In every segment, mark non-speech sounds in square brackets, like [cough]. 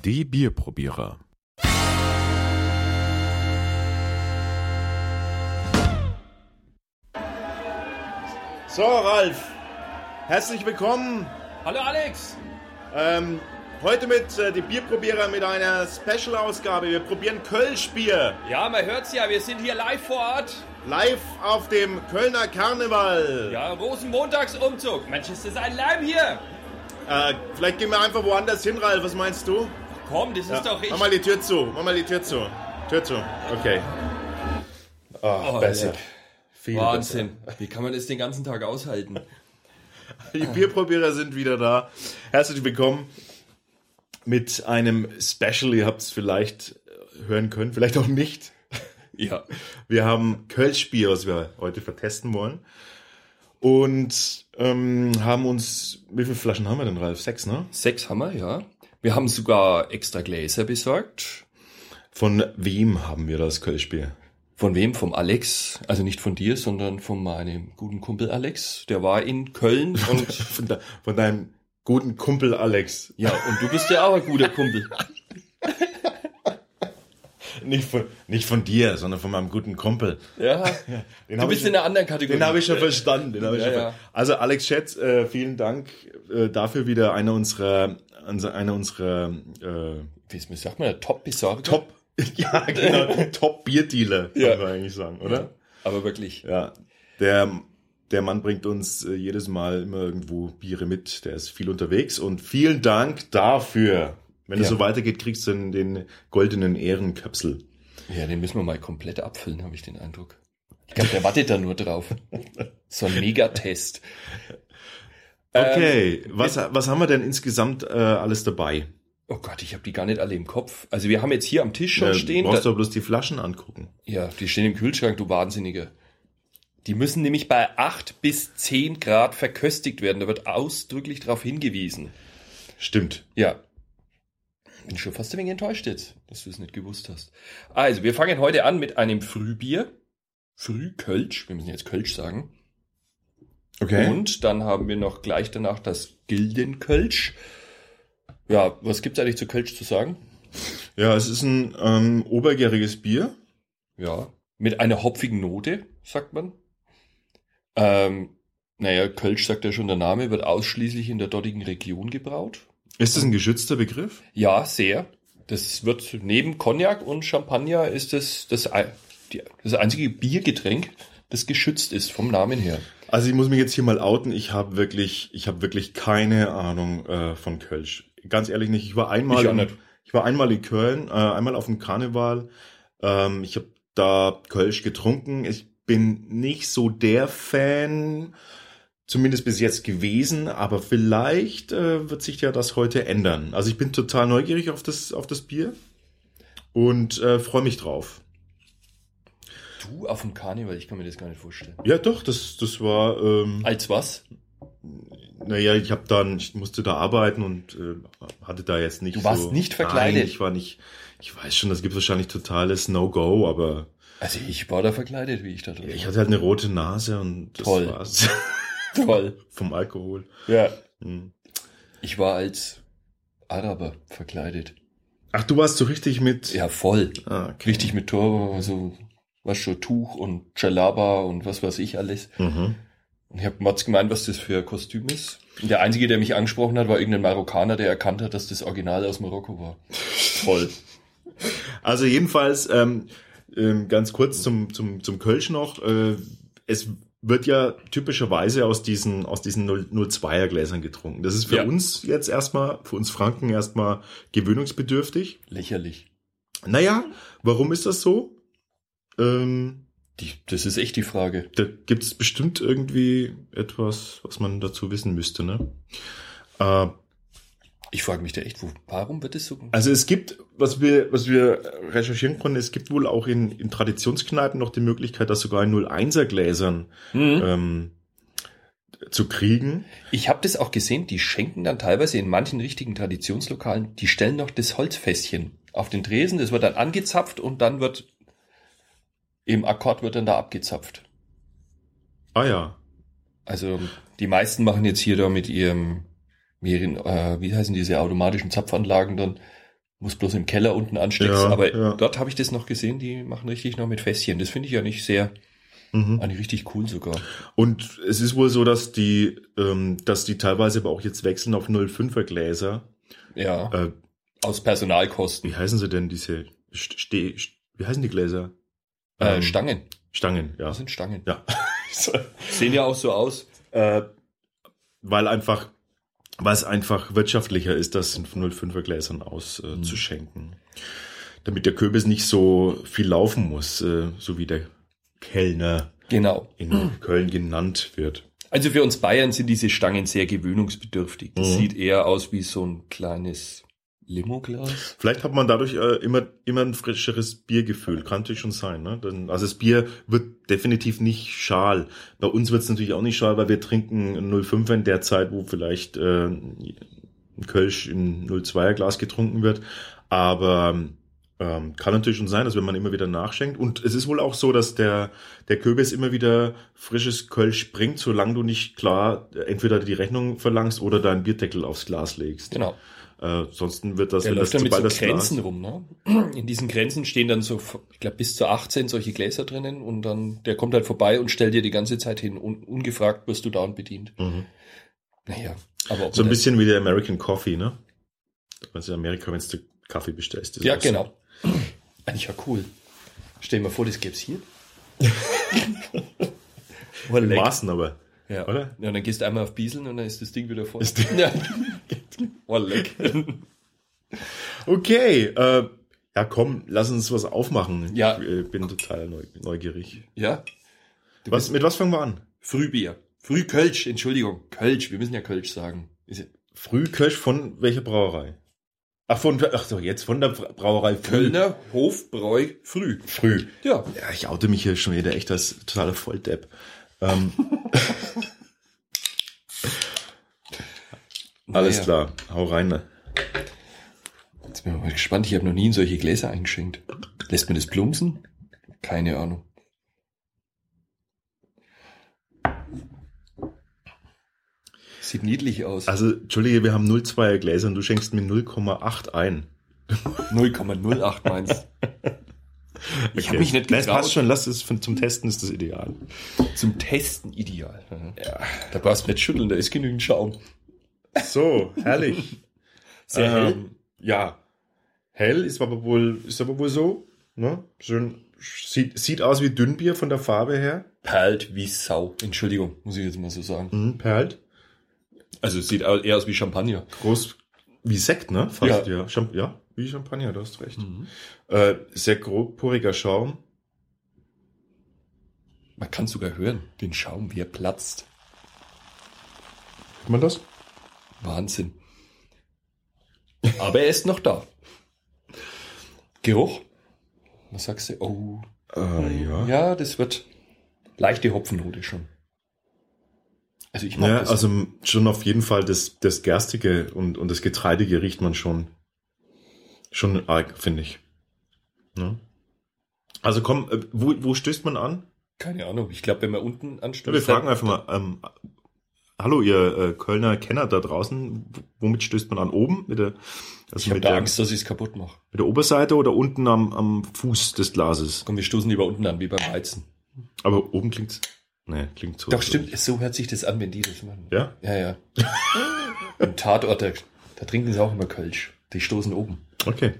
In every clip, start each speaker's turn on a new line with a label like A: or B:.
A: CD Bierprobierer.
B: So, Ralf, herzlich willkommen.
C: Hallo Alex!
B: Ähm, heute mit äh, die Bierprobierer mit einer Special-Ausgabe. Wir probieren Kölschbier
C: Ja, man hört's ja, wir sind hier live vor Ort.
B: live auf dem Kölner Karneval.
C: Ja, Rosenmontagsumzug. Mensch, ist das ein Leim hier.
B: Äh, vielleicht gehen wir einfach woanders hin, Ralf. Was meinst du?
C: Komm, das ist doch
B: Mach
C: richtig.
B: mal die Tür zu. Mach mal die Tür zu. Tür zu. Okay. Ach,
C: Oh,
B: besser.
C: ja.
B: Viel
C: Wahnsinn. Wie kann man das den ganzen Tag aushalten?
B: Die Bierprobierer sind wieder da. Herzlich willkommen mit einem Special. Ihr habt es vielleicht äh, hören können, vielleicht auch nicht.
C: Ja.
B: Wir haben Kölschbier, was wir heute vertesten wollen. Und ähm, haben uns, wie viele Flaschen haben wir denn, Ralf? Sechs, ne?
C: Sechs haben wir, ja. Wir haben sogar extra Gläser besorgt.
B: Von wem haben wir das Kölschbier?
C: Von wem? Vom Alex. Also nicht von dir, sondern von meinem guten Kumpel Alex. Der war in Köln und
B: [laughs] Von, de von deinem guten Kumpel Alex.
C: ja, und du bist ja auch ein guter Kumpel.
B: Nicht von, nicht von dir, sondern von meinem guten Kumpel.
C: Ja.
B: Den
C: Du
B: hab
C: bist
B: ich-
C: in einer anderen Kategorie.
B: Den habe ich schon verstanden. Den hab ich
C: Ja,
B: schon
C: ja.
B: verstanden. Also Alex Schätz, äh, vielen Dank äh, dafür wieder einer unserer, unser- einer unserer äh,
C: Wie ist- wie sagt man, Top-Besorger?
B: Top, [laughs] ja
C: [laughs]
B: genau, Top Bierdealer,
C: Ja.
B: kann man eigentlich sagen, oder?
C: Aber wirklich.
B: Ja. Der, der Mann bringt uns äh, jedes Mal immer irgendwo Biere mit. Der ist viel unterwegs und vielen Dank dafür. Wenn es
C: Ja.
B: so weitergeht, kriegst du den, den goldenen Ehrenköpsel.
C: Ja, den müssen wir mal komplett abfüllen, habe ich den Eindruck. Ich glaube, der wartet da nur drauf. So ein Megatest. Ähm,
B: Okay, was, was haben wir denn insgesamt äh, alles dabei?
C: Oh Gott, ich habe die gar nicht alle im Kopf. Also wir haben jetzt hier am Tisch schon
B: Äh,
C: stehen.
B: brauchst
C: Da,
B: du bloß die Flaschen angucken.
C: ja, die stehen im Kühlschrank, du Wahnsinnige. Die müssen nämlich bei 8 bis 10 Grad verköstigt werden. Da wird ausdrücklich darauf hingewiesen.
B: Stimmt.
C: Ja. Bin schon fast ein wenig enttäuscht jetzt, dass du es nicht gewusst hast. Also, wir fangen heute an mit einem Frühbier. Frühkölsch, wir müssen jetzt Kölsch sagen. Und dann haben wir noch gleich danach das Gildenkölsch. Ja, was gibt's eigentlich zu Kölsch zu sagen?
B: Ja, es ist ein ähm, obergäriges Bier.
C: Ja, mit einer hopfigen Note, sagt man. Ähm, naja, Kölsch sagt ja schon der Name, wird ausschließlich in der dortigen Region gebraut.
B: Ist das ein geschützter Begriff?
C: Ja, sehr. Das wird neben Cognac und Champagner ist das das, ei- die- das einzige Biergetränk, das geschützt ist vom Namen her.
B: Also ich muss mich jetzt hier mal outen. Ich habe wirklich, ich habe wirklich keine Ahnung äh, von Kölsch. Ganz ehrlich nicht. Ich war einmal,
C: Ich auch
B: in,
C: nicht.
B: ich war einmal in Köln, äh, einmal auf dem Karneval. Ähm, ich habe da Kölsch getrunken. Ich bin nicht so der Fan, zumindest bis jetzt gewesen. Aber vielleicht äh, wird sich ja das heute ändern. Also ich bin total neugierig auf das, auf das Bier und äh, freue mich drauf.
C: Du auf dem Karneval, ich kann mir das gar nicht vorstellen.
B: Ja, doch. Das, das war. Ähm,
C: Als was?
B: Naja, ich habe dann, ich musste da arbeiten und äh, hatte da jetzt nicht.
C: Du warst
B: so,
C: nicht verkleidet.
B: Nein, ich war nicht. Ich weiß schon, das gibt wahrscheinlich totales No-Go, aber
C: Also ich war da verkleidet, wie ich da drin
B: ich hatte halt eine rote Nase und das
C: Toll.
B: war's [laughs]
C: war. Toll.
B: vom Alkohol.
C: Ja.
B: Hm.
C: Ich war als Araber verkleidet.
B: Ach, du warst so richtig mit.
C: Ja, voll.
B: Ah, okay.
C: Richtig mit Turban, so, was schon, Tuch und Jalaba und was weiß ich alles.
B: Mhm.
C: Und ich habe Mats gemeint, was das für ein Kostüm ist. Und der Einzige, der mich angesprochen hat, war irgendein Marokkaner, der erkannt hat, dass das Original aus Marokko [laughs] war. Toll.
B: Also jedenfalls ähm, ähm, ganz kurz zum zum zum Kölsch noch. Äh, es wird ja typischerweise aus diesen aus diesen 0- 0,2er Gläsern getrunken. Das ist für
C: Ja.
B: uns jetzt erstmal für uns Franken erstmal gewöhnungsbedürftig.
C: Lächerlich.
B: Naja, warum ist das so? Ähm,
C: Die, das ist echt die Frage.
B: da gibt es bestimmt irgendwie etwas, was man dazu wissen müsste, ne? Äh,
C: Ich frage mich da echt, wo, warum wird das so?
B: also es gibt, was wir, was wir recherchieren konnten, es gibt wohl auch in, in Traditionskneipen noch die Möglichkeit, das sogar in 01er Gläsern
C: Hm?
B: ähm, zu kriegen.
C: Ich habe das auch gesehen, die schenken dann teilweise in manchen richtigen Traditionslokalen, die stellen noch das Holzfässchen auf den Tresen, das wird dann angezapft und dann wird im Akkord wird dann da abgezapft.
B: Ah ja.
C: Also die meisten machen jetzt hier da mit ihrem, mit ihren äh, wie heißen diese automatischen Zapfanlagen dann, Muss bloß im Keller unten ansteckst.
B: Ja,
C: aber
B: ja.
C: dort habe ich das noch gesehen, die machen richtig noch mit Fässchen. Das finde ich ja nicht sehr,
B: Mhm.
C: eigentlich richtig cool sogar.
B: Und es ist wohl so, dass die, ähm, dass die teilweise aber auch jetzt wechseln auf 0,5er Gläser.
C: Ja,
B: Äh,
C: aus Personalkosten.
B: wie heißen sie denn diese? St Ste St wie heißen die Gläser?
C: Äh,
B: Ähm,
C: Stangen.
B: Stangen, ja.
C: [laughs] Das sind Stangen.
B: Ja.
C: Sehen ja auch so aus.
B: äh, weil einfach, weil es einfach wirtschaftlicher ist, das in 0,5er Gläsern auszuschenken. Äh,
C: Mhm.
B: zu schenken. Damit der Kürbis nicht so viel laufen muss, äh, so wie der Kellner
C: Genau.
B: in
C: [clears throat]
B: Köln genannt wird.
C: Also für uns Bayern sind diese Stangen sehr gewöhnungsbedürftig. Das
B: Mhm.
C: sieht eher aus wie so ein kleines Limoglas.
B: Vielleicht hat man dadurch äh, immer, immer ein frischeres Biergefühl. Kann natürlich schon sein. Ne? Dann, also das Bier wird definitiv nicht schal. Bei uns wird es natürlich auch nicht schal, weil wir trinken 0,5 in der Zeit, wo vielleicht äh, ein Kölsch in 0,2er Glas getrunken wird. Aber ähm, kann natürlich schon sein, dass wenn man immer wieder nachschenkt. Und es ist wohl auch so, dass der, der Kürbis immer wieder frisches Kölsch bringt, solange du nicht klar äh, entweder die Rechnung verlangst oder deinen Bierdeckel aufs Glas legst.
C: Genau.
B: Äh, sonst wird das,
C: Der
B: wenn das
C: läuft dann mit so
B: sobald das
C: Grenzen
B: Glas-
C: rum. Ne? In diesen Grenzen stehen dann so, ich glaube, bis zu 18 solche Gläser drinnen und dann der kommt halt vorbei und stellt dir die ganze Zeit hin. Un ungefragt wirst du dauernd bedient.
B: Mhm.
C: Naja, aber ob
B: So ein
C: man das-
B: bisschen wie der American Coffee, ne? Also in Amerika, wenn du Kaffee bestellst. ist
C: Ja,
B: das-
C: genau. Eigentlich ja cool. Stell dir mal vor, das gäbe
B: [laughs]
C: es hier. Oder
B: In Maßen aber.
C: Ja.
B: Oder?
C: Ja, und dann gehst du einmal auf Bieseln und dann ist das Ding wieder voll.
B: Ist die-
C: [laughs] ja. Oh, leck.
B: Okay, äh, ja komm, lass uns was aufmachen.
C: Ja.
B: Ich äh, bin total neu, neugierig.
C: ja. Du
B: Was,
C: bist
B: mit was fangen wir an?
C: Frühbier. Frühkölsch, Entschuldigung. Kölsch, wir müssen ja Kölsch sagen. Ist ja
B: Frühkölsch von welcher Brauerei? Ach, von, ach so, jetzt von der Bra- Brauerei Früh.
C: Kölner Hofbräu Früh.
B: Früh.
C: Ja.
B: Ja, ich oute mich hier schon wieder echt als totaler Volldepp.
C: [laughs]
B: Ähm, alles
C: Naja.
B: klar, hau rein. Ne?
C: Jetzt bin ich mal gespannt. Ich habe noch nie in solche Gläser eingeschenkt. Lässt man das plumpsen? Keine Ahnung. Sieht niedlich aus.
B: Also, Entschuldige, wir haben 0,2er Gläser und du schenkst mir 0,8 ein.
C: 0,08 meinst. Ich habe
B: Okay.
C: mich nicht
B: Nein, es
C: getraut.
B: passt schon, lass es für, zum Testen ist das ideal.
C: Zum Testen ideal. Ja. Da brauchst du nicht schütteln, da ist genügend Schaum.
B: So, herrlich.
C: Sehr hell.
B: Ähm, Ja. Hell ist aber wohl, ist aber wohl so. Ne? Schön, sieht, sieht aus wie Dünnbier von der Farbe her.
C: Perlt wie Sau. Entschuldigung, muss ich jetzt mal so sagen.
B: Mhm, perlt.
C: Also es sieht au- eher aus wie Champagner.
B: Groß wie Sekt, ne? Fast, ja. Ja, Champ ja wie Champagner, du hast recht. Äh, sehr grobporiger Schaum.
C: Man kann sogar hören, den Schaum, wie er platzt.
B: Hört man das?
C: Wahnsinn. Aber er ist noch da. Geruch? Was sagst du? Oh.
B: Äh, ja. ja.
C: Ja, das wird leichte Hopfennote schon. Also ich mag das.
B: also m- schon auf jeden Fall das, das Gerstige und, und das Getreidige riecht man schon. Schon arg, finde ich. Ne? Also komm, äh, wo, wo stößt man an?
C: Keine Ahnung. Ich glaube, wenn man unten
B: Ja,
C: anstößt.
B: wir fragen einfach mal, ähm, hallo ihr äh, Kölner Kenner da draußen, w- womit stößt man an? Oben? Mit der,
C: Ich
B: also
C: habe
B: mit
C: da
B: der,
C: Angst, dass ich es kaputt mache.
B: mit der Oberseite oder unten am, am Fuß des Glases?
C: Komm, wir stoßen lieber unten an, wie beim Weizen.
B: Aber oben klingt's. Nee, klingt so.
C: Doch, stimmt. So hört sich das an, wenn die das machen.
B: Ja?
C: Ja, ja. Im Tatort, da, da trinken sie auch immer Kölsch. Die stoßen oben.
B: Okay.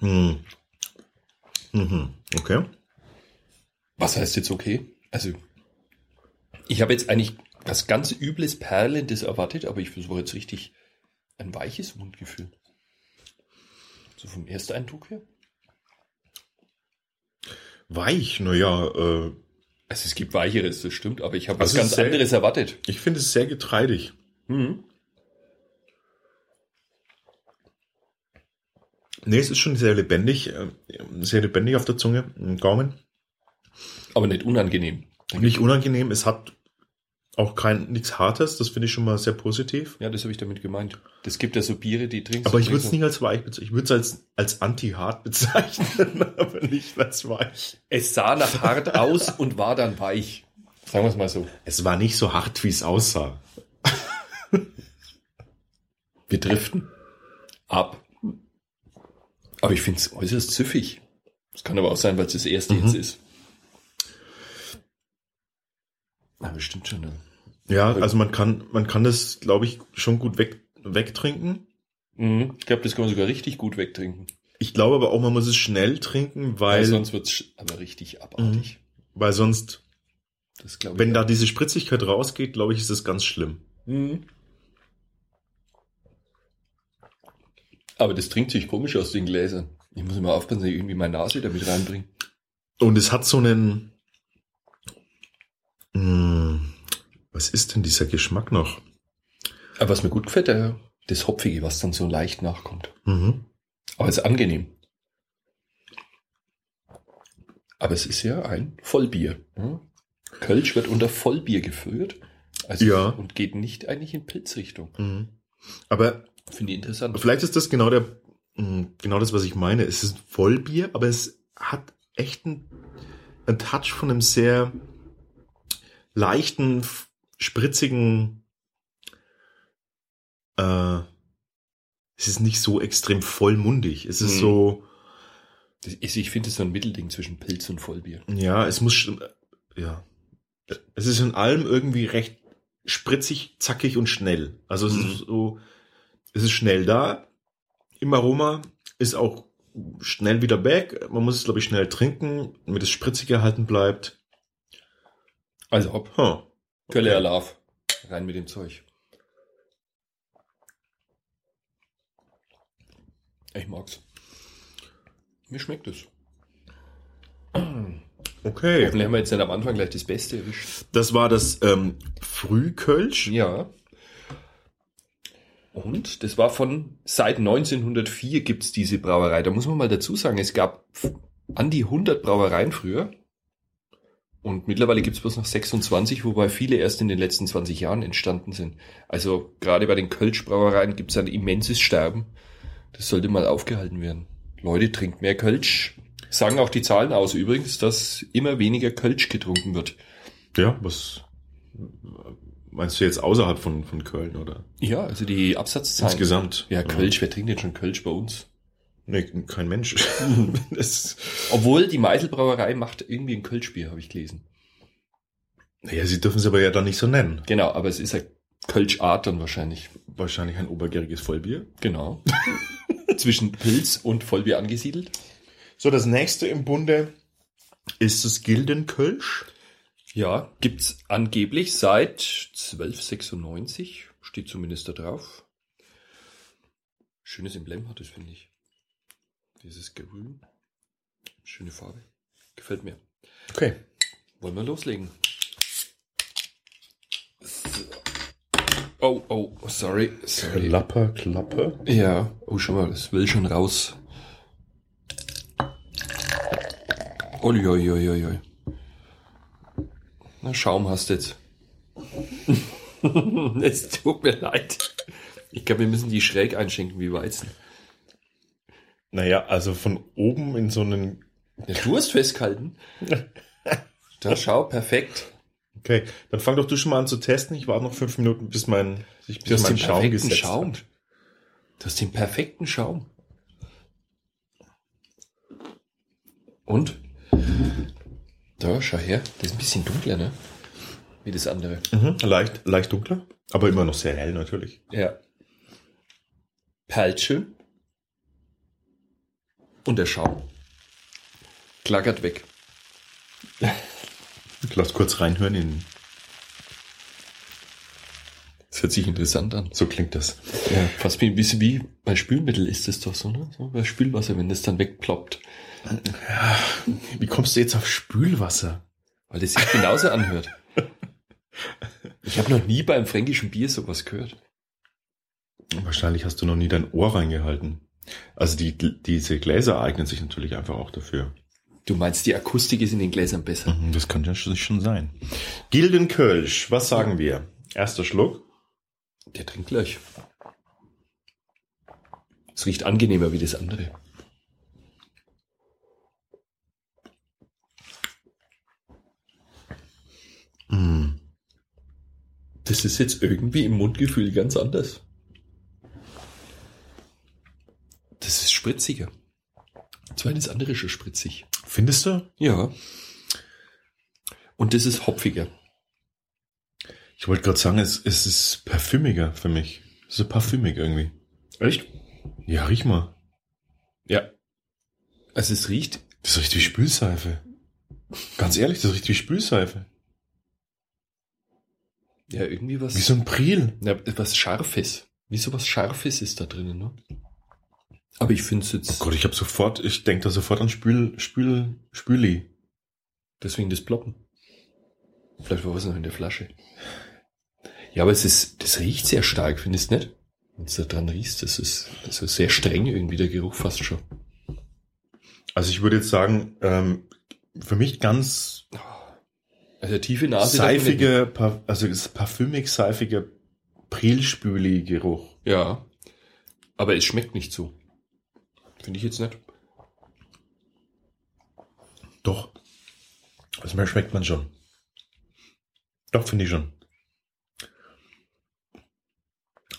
B: Hm. Mhm. Okay.
C: Was heißt jetzt okay? Also, ich habe jetzt eigentlich was ganz Übles, Perlendes erwartet, aber ich versuche jetzt richtig ein weiches Mundgefühl. So vom Ersteindruck her.
B: Weich, naja, äh,
C: Also, es gibt Weicheres, das stimmt, aber ich habe was
B: Also,
C: ganz
B: sehr- Mhm.
C: anderes erwartet.
B: ich finde es sehr getreidig. Nee, es ist schon sehr lebendig, äh, sehr lebendig auf der Zunge, im Gaumen.
C: Aber nicht unangenehm.
B: Nicht unangenehm, es hat auch kein nichts Hartes, das finde ich schon mal sehr positiv.
C: Ja, das habe ich damit gemeint. Das gibt ja so Biere, die trinkst
B: Aber
C: und
B: ich würde es
C: trinkst und-
B: nicht als weich bezeichnen. Ich würde es als, als anti-hart [laughs] bezeichnen, aber nicht als weich.
C: Es sah nach hart aus und war dann weich. Sagen wir es mal so.
B: Es war nicht so hart, wie es aussah.
C: Wir driften ab. Aber ich finde es äußerst süffig. Es kann aber auch sein, weil es das erste
B: Mhm.
C: jetzt ist. Aber stimmt schon. Ne?
B: Ja, also man kann, man kann das, glaube ich, schon gut weg, wegtrinken.
C: Mhm. Ich glaube, das kann man sogar richtig gut wegtrinken.
B: Ich glaube aber auch, man muss es schnell trinken,
C: Weil,
B: weil,
C: sonst wird es aber richtig abartig.
B: weil sonst,
C: Das glaube ich.
B: wenn da diese Spritzigkeit rausgeht, glaube ich, ist das ganz schlimm.
C: Mhm. Aber das trinkt sich komisch aus den Gläsern. Ich muss immer aufpassen, dass ich irgendwie meine Nase damit reinbringe.
B: Und es hat so einen, mh, was ist denn dieser Geschmack noch?
C: Aber was mir gut gefällt, äh, das Hopfige, was dann so leicht nachkommt.
B: Mhm.
C: Aber es ist angenehm. Aber es ist ja ein Vollbier. ne? Kölsch wird unter Vollbier geführt. Also
B: Ja.
C: Und geht nicht eigentlich in Pilzrichtung.
B: Mhm. Aber
C: Finde ich interessant.
B: vielleicht ist das genau der, mh, genau das, was ich meine. Es ist Vollbier, aber es hat echt einen, einen Touch von einem sehr leichten, f- spritzigen, äh, es ist nicht so extrem vollmundig. Es ist
C: Mhm.
B: so,
C: Das ist, ich finde es so ein Mittelding zwischen Pilz und Vollbier.
B: Ja, es muss, schon- äh, ja. Es ist in allem irgendwie recht spritzig, zackig und schnell. Also es
C: Mhm.
B: ist so, es ist schnell da. Im Aroma ist auch schnell wieder weg. Man muss es, glaube ich, schnell trinken, damit es spritzig erhalten bleibt.
C: Also hopp.
B: Huh.
C: Kölle Alarv. Rein mit dem Zeug. Ich mag's. Mir schmeckt es.
B: Okay.
C: Hoffentlich haben wir jetzt nicht am Anfang gleich das Beste erwischt.
B: Das war das ähm, Frühkölsch.
C: Ja. Und das war von seit 1904 gibt's diese Brauerei. Da muss man mal dazu sagen, es gab an die 100 Brauereien früher. Und mittlerweile gibt's bloß noch 26, wobei viele erst in den letzten 20 Jahren entstanden sind. Also gerade bei den Kölsch-Brauereien gibt's ein immenses Sterben. Das sollte mal aufgehalten werden. Leute, trinkt mehr Kölsch. Sagen auch die Zahlen aus übrigens, dass immer weniger Kölsch getrunken wird.
B: Ja, was meinst du jetzt außerhalb von, von Köln oder
C: Ja, also die Absatzzahlen.
B: insgesamt?
C: Ja, Kölsch, wer trinkt denn schon Kölsch bei uns?
B: Nee, kein
C: [laughs]
B: Mensch. das,
C: Obwohl die Meiselbrauerei macht irgendwie ein Kölschbier, habe ich gelesen.
B: naja, sie dürfen es aber ja dann nicht so nennen.
C: Genau, aber es ist ja Kölschart dann wahrscheinlich.
B: Wahrscheinlich ein obergäriges Vollbier.
C: [laughs] Genau. Zwischen Pilz und Vollbier angesiedelt.
B: So, das nächste im Bunde ist das Gildenkölsch.
C: Ja, gibt's angeblich seit 1296, steht zumindest da drauf. Schönes Emblem hat es, finde ich. Dieses Grün. Schöne Farbe. Gefällt mir.
B: Okay.
C: Wollen wir loslegen? So. Oh, oh, sorry. sorry.
B: Klapper, Klapper.
C: Ja, oh, schau mal, es will schon raus. Uiuiuiui. Na, Schaum hast jetzt. [laughs] es tut mir leid. Ich glaube, wir müssen die schräg einschenken wie Weizen.
B: Naja, also von oben in so einen.
C: Ja, du hast festgehalten. [laughs] Da schau, perfekt.
B: Okay, dann fang doch du schon mal an zu testen. Ich warte noch fünf Minuten, bis mein, sich
C: Du
B: bis
C: hast
B: mein
C: den
B: Schaum
C: perfekten
B: gesetzt
C: Schaum.
B: hat.
C: Du hast den perfekten Schaum. Und? Da, schau her. Das ist ein bisschen dunkler, ne? Wie das andere.
B: Mhm. Leicht, leicht dunkler, aber immer noch sehr hell natürlich.
C: Ja. Peitsche. Und der Schaum. Klackert weg.
B: Lass kurz reinhören in.
C: Das hört sich interessant an.
B: So klingt das.
C: Ja, fast wie ein bisschen wie bei Spülmittel ist es doch so, ne? So bei Spülwasser, wenn das dann wegploppt.
B: Wie kommst du jetzt auf Spülwasser?
C: Weil es sich genauso anhört. Ich habe noch nie beim fränkischen Bier sowas gehört.
B: Wahrscheinlich hast du noch nie dein Ohr reingehalten. Also die, diese Gläser eignen sich natürlich einfach auch dafür.
C: Du meinst, die Akustik ist in den Gläsern besser.
B: Mhm, Das könnte ja schon- schon sein. Gildenkölsch, was sagen wir? Erster Schluck.
C: Der trinkt gleich. Es riecht angenehmer wie das andere.
B: Mhm.
C: Das ist jetzt irgendwie im Mundgefühl ganz anders. spritziger. Zweites andere ist schon spritzig.
B: Findest du?
C: Ja. Und das ist hopfiger.
B: Ich wollte gerade sagen, es, es ist parfümiger für mich. Es ist parfümig irgendwie.
C: Echt?
B: Ja, riech mal.
C: Ja. Also es riecht.
B: Das riecht wie Spülseife. Ganz ehrlich, das riecht wie Spülseife.
C: Ja, irgendwie was.
B: Wie so ein Priel.
C: na, was Scharfes. Wie so was Scharfes ist da drinnen, ne? Aber ich finde es
B: Oh
C: jetzt.
B: Gott, ich habe sofort, ich denk da sofort an Spül, Spül, Spüli.
C: Deswegen das Ploppen. Vielleicht war was noch in der Flasche. Ja, aber es ist, das riecht sehr stark, findest du nicht? Wenn du da dran riechst, das ist, das ist sehr streng irgendwie, der Geruch fast schon.
B: Also ich würde jetzt sagen, ähm, für mich ganz
C: Also tiefe Nase. darf man nicht-
B: seifige, par also es ist parfümig seifiger Prilspüli-Geruch.
C: Ja. Aber es schmeckt nicht so. Finde ich jetzt nicht.
B: Doch. Also mehr schmeckt man schon. Doch, finde ich schon.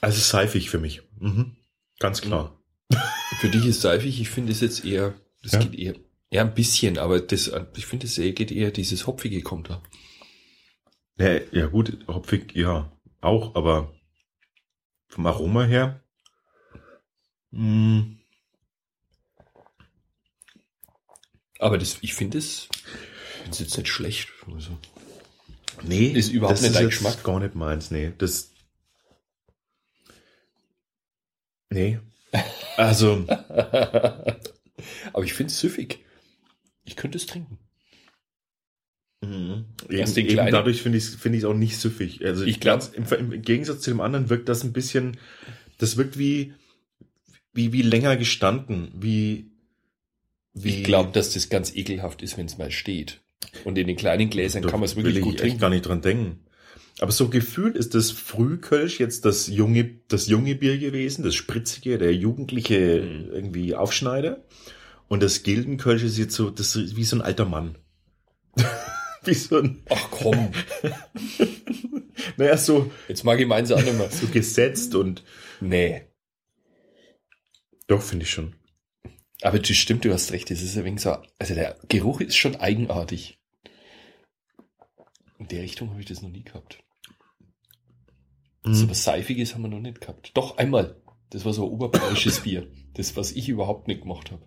B: Also seifig für mich. Mhm. Ganz klar.
C: Für dich ist seifig, ich finde es jetzt eher, das
B: Ja?
C: geht eher, ja ein bisschen, aber das, ich finde es eher- geht eher, dieses Hopfige kommt da.
B: Ja, ja gut, hopfig, ja, auch, aber vom Aroma her. mm, Mh,
C: Aber das, ich finde es, ich finde es jetzt nicht schlecht. Also,
B: nee,
C: Ist überhaupt
B: das
C: nicht dein
B: jetzt
C: Geschmack.
B: Gar nicht meins, nee. Das.
C: [laughs]
B: Nee. Also,
C: aber ich finde es süffig. Ich könnte es trinken.
B: Mhm.
C: Erst
B: Eben,
C: den
B: eben
C: kleinen.
B: dadurch finde ich es find ich's auch nicht süffig. Also
C: Ich glaub-
B: ganz im, Ver- im Gegensatz zu dem anderen wirkt das ein bisschen, das wirkt wie, wie, wie länger gestanden, wie, wie.
C: Ich glaube, dass das ganz ekelhaft ist, wenn es mal steht. Und in den kleinen Gläsern
B: da
C: kann man es
B: will
C: wirklich
B: ich
C: gut
B: echt
C: trinken.
B: gar nicht dran denken. Aber so gefühlt ist das Frühkölsch jetzt das junge, das junge Bier gewesen, das spritzige, der jugendliche
C: Mhm.
B: irgendwie Aufschneider. Und das Gildenkölsch ist jetzt so, das ist wie so ein alter Mann. [laughs] wie so ein,
C: Ach komm,
B: naja, so,
C: jetzt mag ich meins auch nicht
B: [laughs]
C: mehr.
B: so gesetzt und
C: Nee.
B: Doch, finde ich schon.
C: Aber das stimmt, du hast recht. Das ist ein wenig so. Also der Geruch ist schon eigenartig. In der Richtung habe ich das noch nie gehabt.
B: Mhm.
C: So was Seifiges haben wir noch nicht gehabt. Doch einmal. Das war so ein oberbayerisches Bier. Das, was ich überhaupt nicht gemacht habe.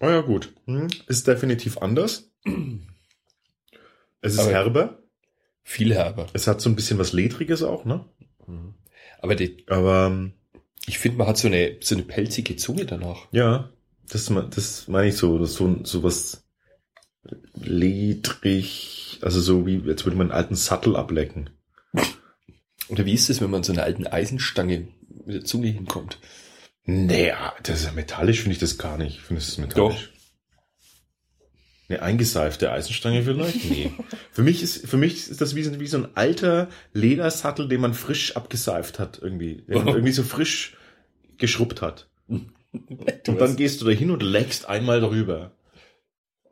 B: Oh ja, gut.
C: Mhm.
B: Hm. Ist definitiv anders. Es ist
C: Aber-
B: herber.
C: Viel herber.
B: Es hat so ein bisschen was Ledriges auch, ne?
C: Aber die,
B: Aber ähm,
C: ich finde, man hat so eine, so eine pelzige Zunge danach.
B: ja, das, me- das meine ich so. Das ist so, so was ledrig. Also so wie, jetzt würde man einen alten Sattel ablecken.
C: Oder wie ist es, wenn man so einer alten Eisenstange mit der Zunge hinkommt?
B: Naja, ah, das ist ja metallisch, finde ich das gar nicht. Findest du es metallisch? Eine eingeseifte Eisenstange vielleicht? Nee. [laughs] für, mich ist, für mich ist das wie so, wie so ein alter Ledersattel, den man frisch abgeseift hat irgendwie. Den man irgendwie so frisch geschrubbt [laughs] hat. und dann gehst du da hin und leckst einmal drüber.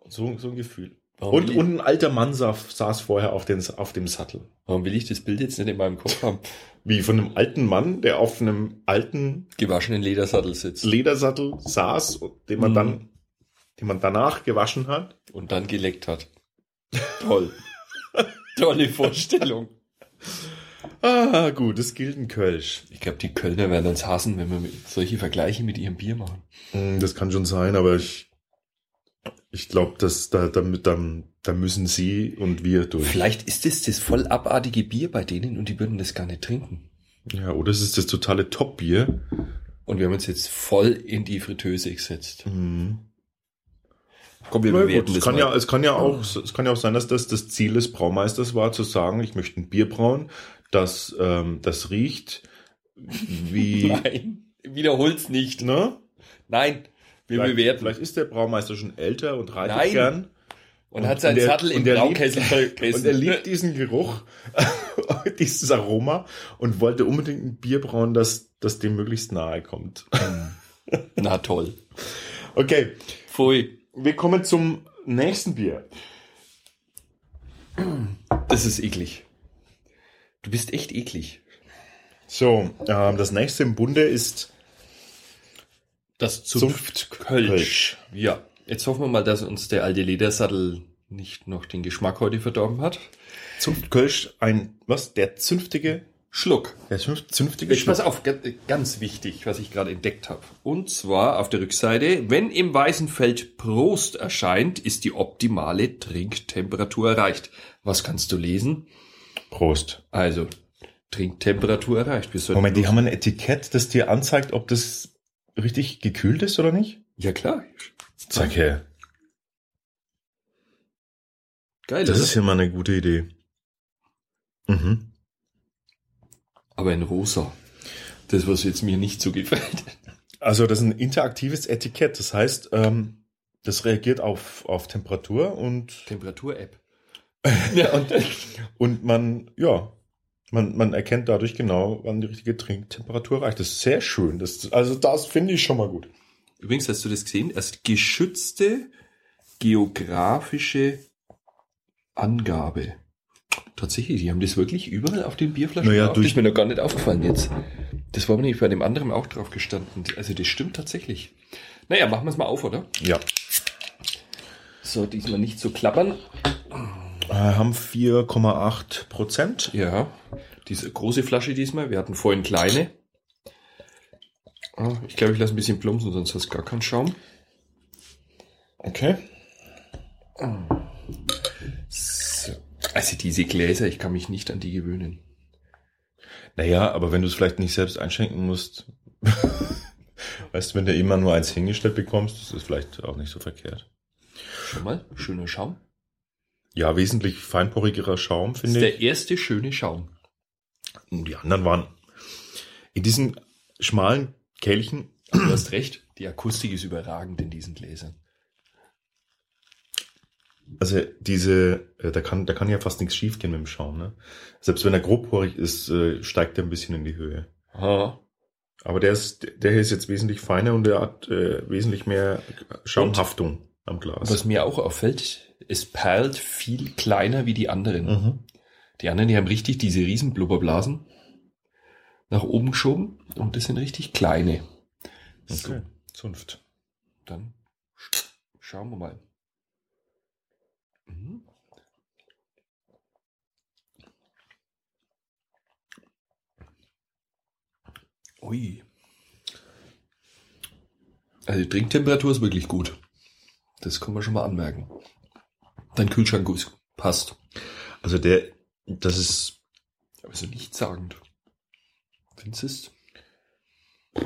B: So, so ein Gefühl.
C: warum,
B: Und,
C: will
B: und ein alter Mann saß, saß vorher auf, den, auf dem Sattel.
C: ich, warum will ich das Bild jetzt nicht in meinem Kopf haben?
B: Wie von einem alten Mann, der auf einem alten
C: Gewaschenen Ledersattel sitzt
B: Ledersattel saß, den man
C: Mhm.
B: dann, den man danach gewaschen hat.
C: und dann geleckt hat. Toll. Tolle Vorstellung.
B: Ah, gut, das gilt ein Kölsch.
C: Ich glaube, die Kölner werden uns hassen, wenn wir mit- solche Vergleiche mit ihrem Bier machen.
B: Hm, Das kann schon sein, aber ich, ich glaube, dass da, damit, dann, da müssen Sie und wir [laughs] durch.
C: Vielleicht ist es das voll abartige Bier bei denen und die würden das gar nicht trinken.
B: Ja, oder es ist das totale Top-Bier.
C: Und wir haben uns jetzt voll in die Fritteuse gesetzt.
B: Mhm.
C: Komm, wir
B: Na gut,
C: bewerten
B: es
C: das
B: kann
C: mal.
B: ja, es kann ja auch, es kann ja auch sein, dass das das Ziel des Braumeisters war, zu sagen, ich möchte ein Bier brauen, das, ähm, das riecht wie,
C: [laughs] Nein, wiederhol's nicht.
B: ne?
C: Nein, wir
B: vielleicht,
C: bewerten.
B: vielleicht ist der Braumeister schon älter und reitet
C: Nein.
B: gern.
C: Und hat
B: Und
C: seinen
B: der-
C: Sattel im
B: und der
C: Braukessel
B: [laughs]
C: vergessen.
B: Und er liebt diesen Geruch, [laughs] dieses Aroma und wollte unbedingt ein Bier brauen, das, das dem möglichst nahe kommt. [laughs]
C: Na toll.
B: Okay,
C: Pfui.
B: wir kommen zum nächsten Bier.
C: Das ist eklig. Du bist echt eklig.
B: So, ähm, das nächste im Bunde ist
C: Das Zunftkölsch. Kölsch. Ja, jetzt hoffen wir mal, dass uns der alte Ledersattel nicht noch den Geschmack heute verdorben hat.
B: Zunftkölsch, ein, was? Der zünftige
C: Schluck.
B: Der zünft- zünftige
C: Ich pass auf, g- ganz wichtig, was ich gerade entdeckt habe. Und zwar auf der Rückseite, wenn im weißen Feld Prost erscheint, ist die optimale Trinktemperatur erreicht. Was kannst du lesen?
B: Prost.
C: Also, Trinktemperatur erreicht. Wir sollten
B: Moment, die haben ein Etikett, das dir anzeigt, ob das richtig gekühlt ist oder nicht?
C: ja klar.
B: Zack, her.
C: Geil,
B: Das
C: oder?
B: ist ja mal eine gute Idee. Mhm.
C: aber in rosa. Das, was jetzt mir nicht so
B: [laughs]
C: gefällt.
B: Also das ist ein interaktives Etikett. Das heißt, ähm, das reagiert auf, auf Temperatur und,
C: Temperatur-App.
B: ja, und, und man, ja, man, man erkennt dadurch genau, wann die richtige Trinktemperatur reicht. Das ist sehr schön. Das, also das finde ich schon mal gut.
C: [laughs] Übrigens, hast du das gesehen? Erst geschützte geografische Angabe. Tatsächlich, die haben das wirklich überall auf den Bierflaschen.
B: Naja,
C: drauf.
B: durch-
C: das ist mir noch gar nicht aufgefallen jetzt. Das war mir nämlich bei dem anderen auch drauf gestanden. Also das stimmt tatsächlich. Naja, machen wir es mal auf, oder?
B: Ja.
C: So, diesmal nicht so klappern.
B: Äh, haben 4,8 Prozent.
C: Ja, diese große Flasche diesmal. Wir hatten vorhin kleine. Ah, Ich glaube, ich lasse ein bisschen plumpsen, sonst hast du gar keinen Schaum.
B: Okay.
C: So. Also diese Gläser, ich kann mich nicht an die gewöhnen.
B: Naja, aber wenn du es vielleicht nicht selbst einschenken musst, [laughs] weißt du, wenn du immer nur eins hingestellt bekommst, das ist vielleicht auch nicht so verkehrt.
C: Schau mal, schöner Schaum.
B: Ja, wesentlich feinporigerer Schaum,
C: Das ist
B: finde ich.
C: der erste schöne Schaum.
B: Und die anderen waren in diesen schmalen Kelchen.
C: Du hast [clears throat] recht, die Akustik ist überragend in diesen Gläsern.
B: Also diese, äh, da kann, da kann ja fast nichts schiefgehen mit dem Schaum. Ne? Selbst wenn er grobporig ist, äh, steigt er ein bisschen in die Höhe.
C: Aha.
B: Aber der ist, der hier ist jetzt wesentlich feiner und der hat äh, wesentlich mehr Schaumhaftung am Glas.
C: Was mir auch auffällt, es perlt viel kleiner wie die anderen.
B: mhm.
C: Die anderen, die haben richtig diese riesen Blubberblasen nach oben geschoben und das sind richtig kleine. So,
B: Okay. Zunft.
C: dann sch- schauen wir mal. Mhm. Ui. Also die Trinktemperatur ist wirklich gut. Das kann man schon mal anmerken. Dein Kühlschrank ist passt.
B: Also der, das ist
C: Also nichtssagend. Findest du es?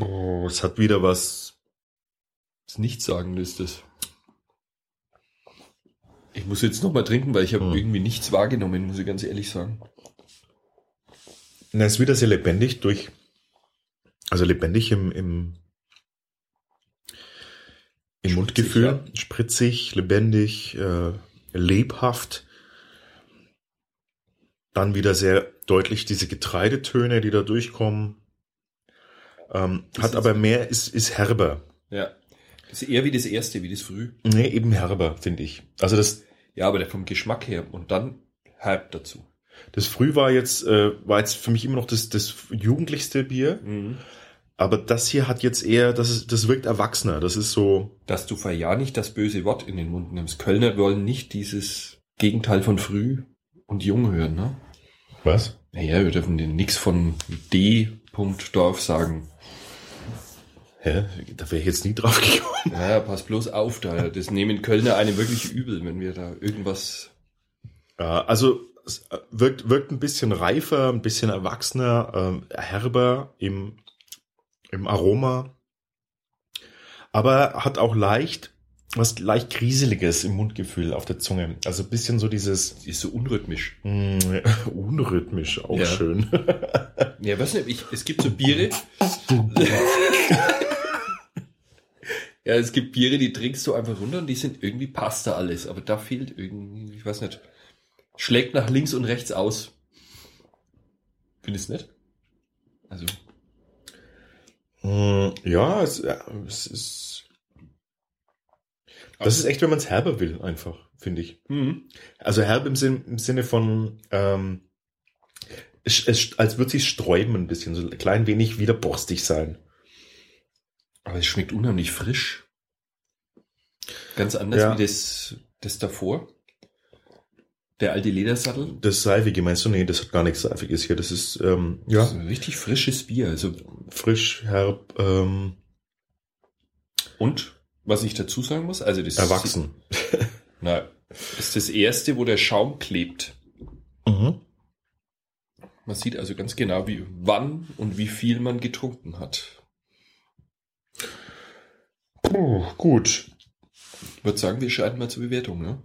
B: Oh, es hat wieder was.
C: Das Nichtssagende ist das. Ich muss jetzt nochmal trinken, weil ich habe
B: Hm.
C: irgendwie nichts wahrgenommen, muss ich ganz ehrlich sagen.
B: Na, es ist wieder sehr lebendig durch. Also lebendig im, im, im
C: Spritzig,
B: Mundgefühl.
C: ja.
B: Spritzig, lebendig, äh, lebhaft. Dann wieder sehr deutlich diese Getreidetöne, die da durchkommen. Ähm,
C: Das
B: hat
C: ist-
B: aber mehr, ist, ist herber.
C: Ja. Das ist eher wie das erste, wie das früh.
B: Nee, eben herber, finde ich. Also das,
C: Ja, aber der vom Geschmack her und dann halb dazu.
B: das Früh war jetzt, äh, war jetzt für mich immer noch das, das jugendlichste Bier.
C: Mhm.
B: Aber das hier hat jetzt eher, das, ist, das wirkt erwachsener. Das ist so,
C: Dass du vor Jahren nicht das böse Wort in den Mund nimmst. Kölner wollen nicht dieses Gegenteil von früh und jung hören, ne?
B: was?
C: Naja, wir dürfen denen nichts von D.Dorf sagen. [laughs]
B: Hä? Da wäre ich jetzt nie drauf [laughs] gekommen.
C: Ja, pass bloß auf da. Das nehmen Kölner eine wirklich übel, wenn wir da irgendwas
B: Ja, also es äh, wirkt, wirkt ein bisschen reifer, ein bisschen erwachsener, ähm, herber im, im Aroma. Aber hat auch leicht, was leicht Kriseliges im Mundgefühl auf der Zunge. Also ein bisschen so dieses
C: die ist so unrhythmisch.
B: mh, [laughs] unrhythmisch, auch
C: Ja.
B: schön. [laughs]
C: Ja, weiß nicht, ich, es gibt so Biere. ja, es gibt Biere, die trinkst du einfach runter und die sind irgendwie passt da alles. Aber da fehlt irgendwie, ich weiß nicht, schlägt nach links und rechts aus. Findest du nicht? Also,
B: Mm, Ja, es, ja, es ist.
C: Also
B: Das ist echt, wenn man es herber will, einfach, finde ich.
C: hm,
B: Also herb im, Sinn, im Sinne von, ähm, es, es, als würde sich sträuben ein bisschen, so ein klein wenig wieder borstig sein.
C: Aber es schmeckt unheimlich frisch. Ganz anders
B: Ja.
C: wie das, das davor. Der alte Ledersattel.
B: Das Seifige, meinst du? Nee, das hat gar nichts Seifiges hier. Das ist, ähm,
C: Das
B: ja,
C: ist ein richtig frisches Bier. Also,
B: frisch, herb, ähm,
C: und was ich dazu sagen muss, also das
B: erwachsen.
C: Na, ist das erste, wo der Schaum klebt.
B: Mhm.
C: Man sieht also ganz genau, wie wann und wie viel man getrunken hat.
B: Puh, gut.
C: Ich würde sagen, wir schreiten mal zur Bewertung. Ne?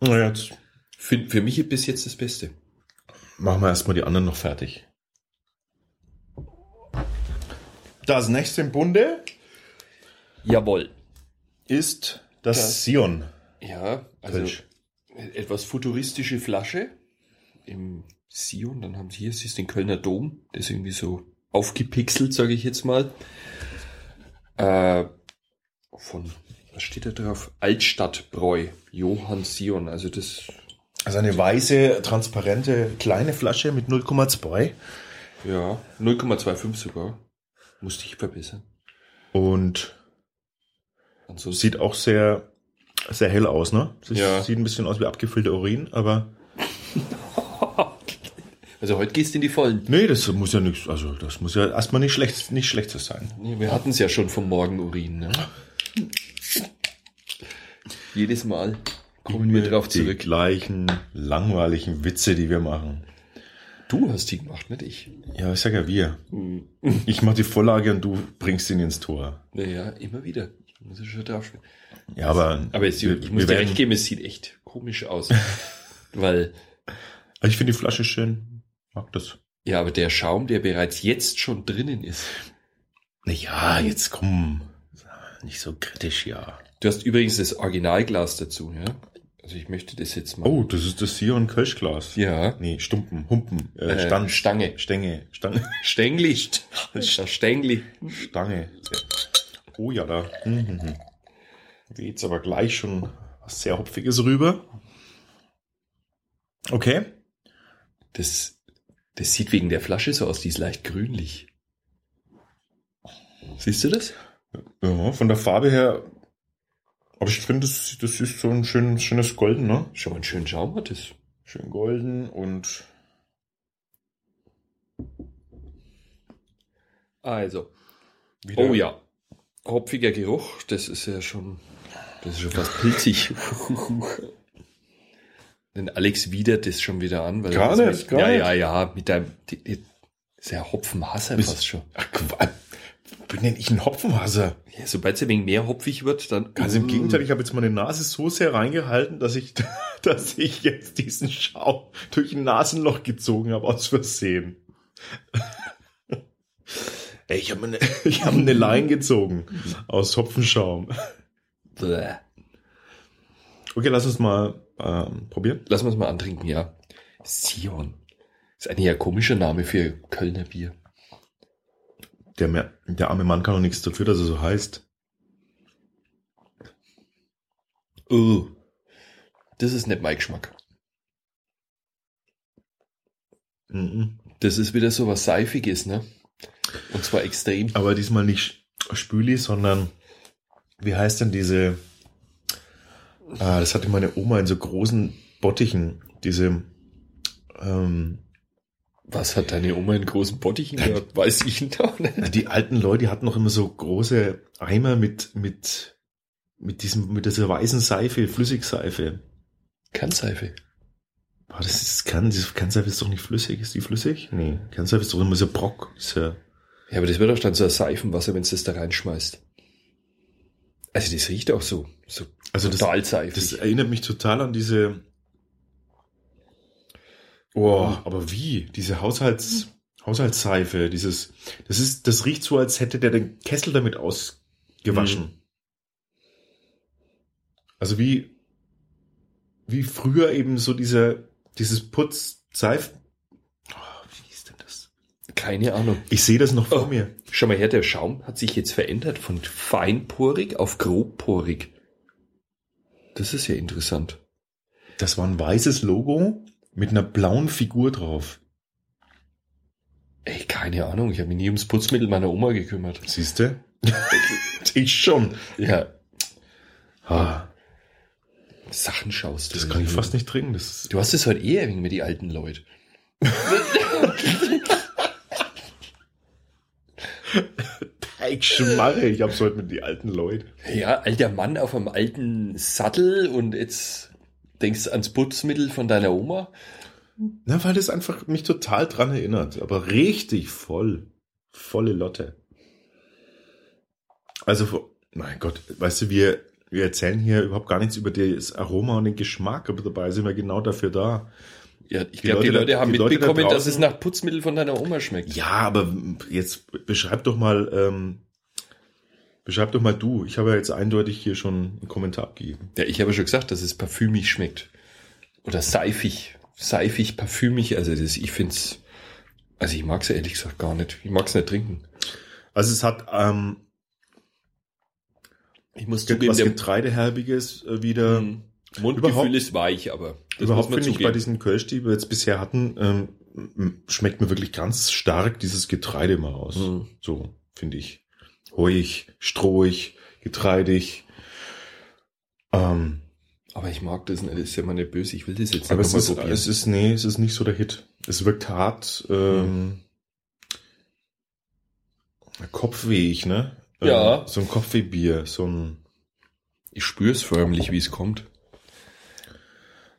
B: Na, jetzt
C: Für, für mich bis jetzt das Beste.
B: machen wir erstmal die anderen noch fertig. Das nächste im Bunde
C: Jawohl.
B: ist das,
C: Das-
B: Sion.
C: Ja, also
B: Kölsch.
C: etwas futuristische Flasche im Sion. Dann haben sie hier, siehst den Kölner Dom, der ist irgendwie so aufgepixelt, sage ich jetzt mal. Äh, von, was steht da drauf? Altstadtbräu, Johann Sion. Also das,
B: Also eine weiße, transparente, kleine Flasche mit 0,2.
C: ja, 0,25 sogar. Musste ich verbessern.
B: Und
C: Ansonsten,
B: sieht auch sehr, sehr hell aus, ne? Sie-
C: Ja.
B: Sieht ein bisschen aus wie abgefüllter Urin, aber.
C: also heute gehst du in die Vollen.
B: Nee, das muss ja nichts, also das muss ja erstmal nicht schlecht, nicht schlechtes sein.
C: Nee, wir hatten es ja schon vom Morgenurin. Ne? Jedes Mal kommen wir drauf
B: Die
C: zurück.
B: gleichen langweiligen Witze, die wir machen.
C: Du hast die gemacht, nicht ich.
B: Ja, ich sag ja wir. Ich mach die Vorlage und du bringst ihn ins Tor.
C: Naja, immer wieder. Muss ich schon drauf
B: Ja, aber,
C: Aber jetzt,
B: wir-
C: ich
B: wir
C: muss dir
B: werden-
C: recht geben, es sieht echt
B: [laughs]
C: komisch aus. weil,
B: Ah, ich finde die Flasche schön. Mag das.
C: ja, aber der Schaum, der bereits jetzt schon drinnen ist.
B: Ja, jetzt komm. Nicht so kritisch, ja.
C: Du hast übrigens das Originalglas dazu, ja? Also ich möchte das jetzt mal.
B: Oh, das ist das Sion Kölschglas.
C: Ja.
B: Nee, Stumpen, Humpen, äh,
C: Äh,
B: Stange,
C: Stange.
B: Stänge, Stange,
C: [laughs] Stängli. Stängli.
B: Stange. Oh ja, da. Mhm. Weht's aber gleich schon was sehr Hopfiges rüber. Okay.
C: Das, das sieht wegen der Flasche so aus, die ist leicht grünlich. Siehst du das?
B: Ja, von der Farbe her. Aber ich finde, das, das ist so ein schön, schönes Golden, ne?
C: Schon mal einen schönen Schaum hat es.
B: Schön golden und.
C: Also.
B: wieder-
C: Oh ja. Hopfiger Geruch, das ist ja schon, das ist schon fast pilzig. [laughs] Denn Alex widert das schon wieder an, weil
B: Gar
C: er das
B: nicht,
C: mit,
B: gar
C: Ja, ja, ja, mit deinem die, die, ist ja Hopfenhasser
B: Bist-
C: fast schon.
B: Ach, Qua- bin denn ich ein Hopfenhasser?
C: Ja, sobald es ein wenig mehr hopfig wird, dann mm,
B: Ganz im Gegenteil, ich habe jetzt meine Nase so sehr reingehalten, dass ich, [laughs] dass ich jetzt diesen Schaum durch ein Nasenloch gezogen habe, aus Versehen. [laughs] Ey, ich ne- habe eine, [laughs] ich habe eine Line gezogen aus Hopfenschaum.
C: Bäh.
B: Okay, lass uns mal ähm, probieren.
C: Lassen wir es mal antrinken, ja. Sion. Ist eigentlich ein komischer Name für Kölner Bier.
B: Der, mer- der arme Mann kann doch nichts dafür, dass er so heißt.
C: Oh. Das ist nicht mein Geschmack.
B: Mhm.
C: Das ist wieder so was Seifiges, ne? Und zwar extrem.
B: Aber diesmal nicht Spüli, sondern wie heißt denn diese? Ah, das hatte meine Oma in so großen Bottichen. Diese ähm,
C: Was hat deine Oma in großen Bottichen gehabt? Weiß ich [laughs] noch nicht.
B: die alten Leute die hatten noch immer so große Eimer mit mit mit diesem mit dieser weißen Seife, Flüssigseife.
C: Kernseife.
B: Boah, das ist Kern, diese Kernseife ist doch nicht flüssig, ist die flüssig? Nee, Kernseife ist doch immer so Brock. Ist ja,
C: Ja, aber das wird doch dann so ein Seifenwasser, wenn du das da reinschmeißt. Also das riecht auch so. so
B: also das,
C: total seifig.
B: das erinnert mich total an diese Oh, aber wie? Diese Haushalts, Haushaltsseife, dieses, das ist, das riecht so, als hätte der den Kessel damit ausgewaschen. Also wie, wie früher eben so dieser, dieses Putz, Seif, oh, wie hieß denn das?
C: Keine Ahnung.
B: Ich sehe das noch vor
C: Oh.
B: mir.
C: Schau mal her, der Schaum hat sich jetzt verändert von feinporig auf grobporig. Das ist ja interessant.
B: Das war ein weißes Logo mit einer blauen Figur drauf.
C: Ey, keine Ahnung, ich habe mich nie ums Putzmittel meiner Oma gekümmert.
B: Siehst du? [laughs] ich schon.
C: Ja,
B: Ah,
C: Sachen schaust du.
B: das kann ich fast nicht trinken. Das ist,
C: Du hast es heute eh wegen mit die alten Leute.
B: ich schmarre, ich hab's heute mit den alten Leuten.
C: Ja, alter Mann auf einem alten Sattel und jetzt denkst du ans Putzmittel von deiner Oma.
B: Na, weil das einfach mich total dran erinnert. Aber richtig voll. Volle Lotte. Also, vor- mein Gott, weißt du, wir, wir erzählen hier überhaupt gar nichts über das Aroma und den Geschmack, aber dabei sind wir genau dafür da.
C: Ja, ich
B: Die
C: glaube, die
B: Leute da-
C: Leute haben
B: die Leute da
C: mitbekommen, dass
B: draußen-
C: es nach Putzmittel von deiner Oma schmeckt.
B: Ja, aber jetzt beschreib doch mal, ähm, beschreib doch mal du. Ich habe ja jetzt eindeutig hier schon einen Kommentar abgegeben.
C: Ja, ich habe schon gesagt, dass es parfümig schmeckt. Oder seifig. Seifig, parfümig. Also das, ich find's. Also ich mag's ehrlich gesagt gar nicht. Ich mag's nicht trinken.
B: Also es hat ähm,
C: Ich muss
B: was
C: der
B: Getreideherbiges äh, wieder.
C: ähm, Mundgefühl
B: überhaupt-
C: ist weich, aber das
B: Überhaupt
C: muss man
B: finde ich bei
C: zugeben.
B: diesen Kölsch, die wir jetzt bisher hatten, ähm, m- schmeckt mir wirklich ganz stark dieses Getreide mal raus.
C: Mhm.
B: So, finde ich. Heuig, strohig, getreidig. Ähm,
C: Aber ich mag das nicht. Das ist ja mal nicht böse. Ich will das jetzt
B: aber
C: nicht
B: es
C: mal
B: ist,
C: probieren.
B: es ist, nee, es ist nicht so der Hit. Es wirkt hart, ähm, kopfwehig, ne? Ähm,
C: Mhm. Ja.
B: So ein Kopfwehbier, so ein,
C: ich spür's förmlich, wie es kommt.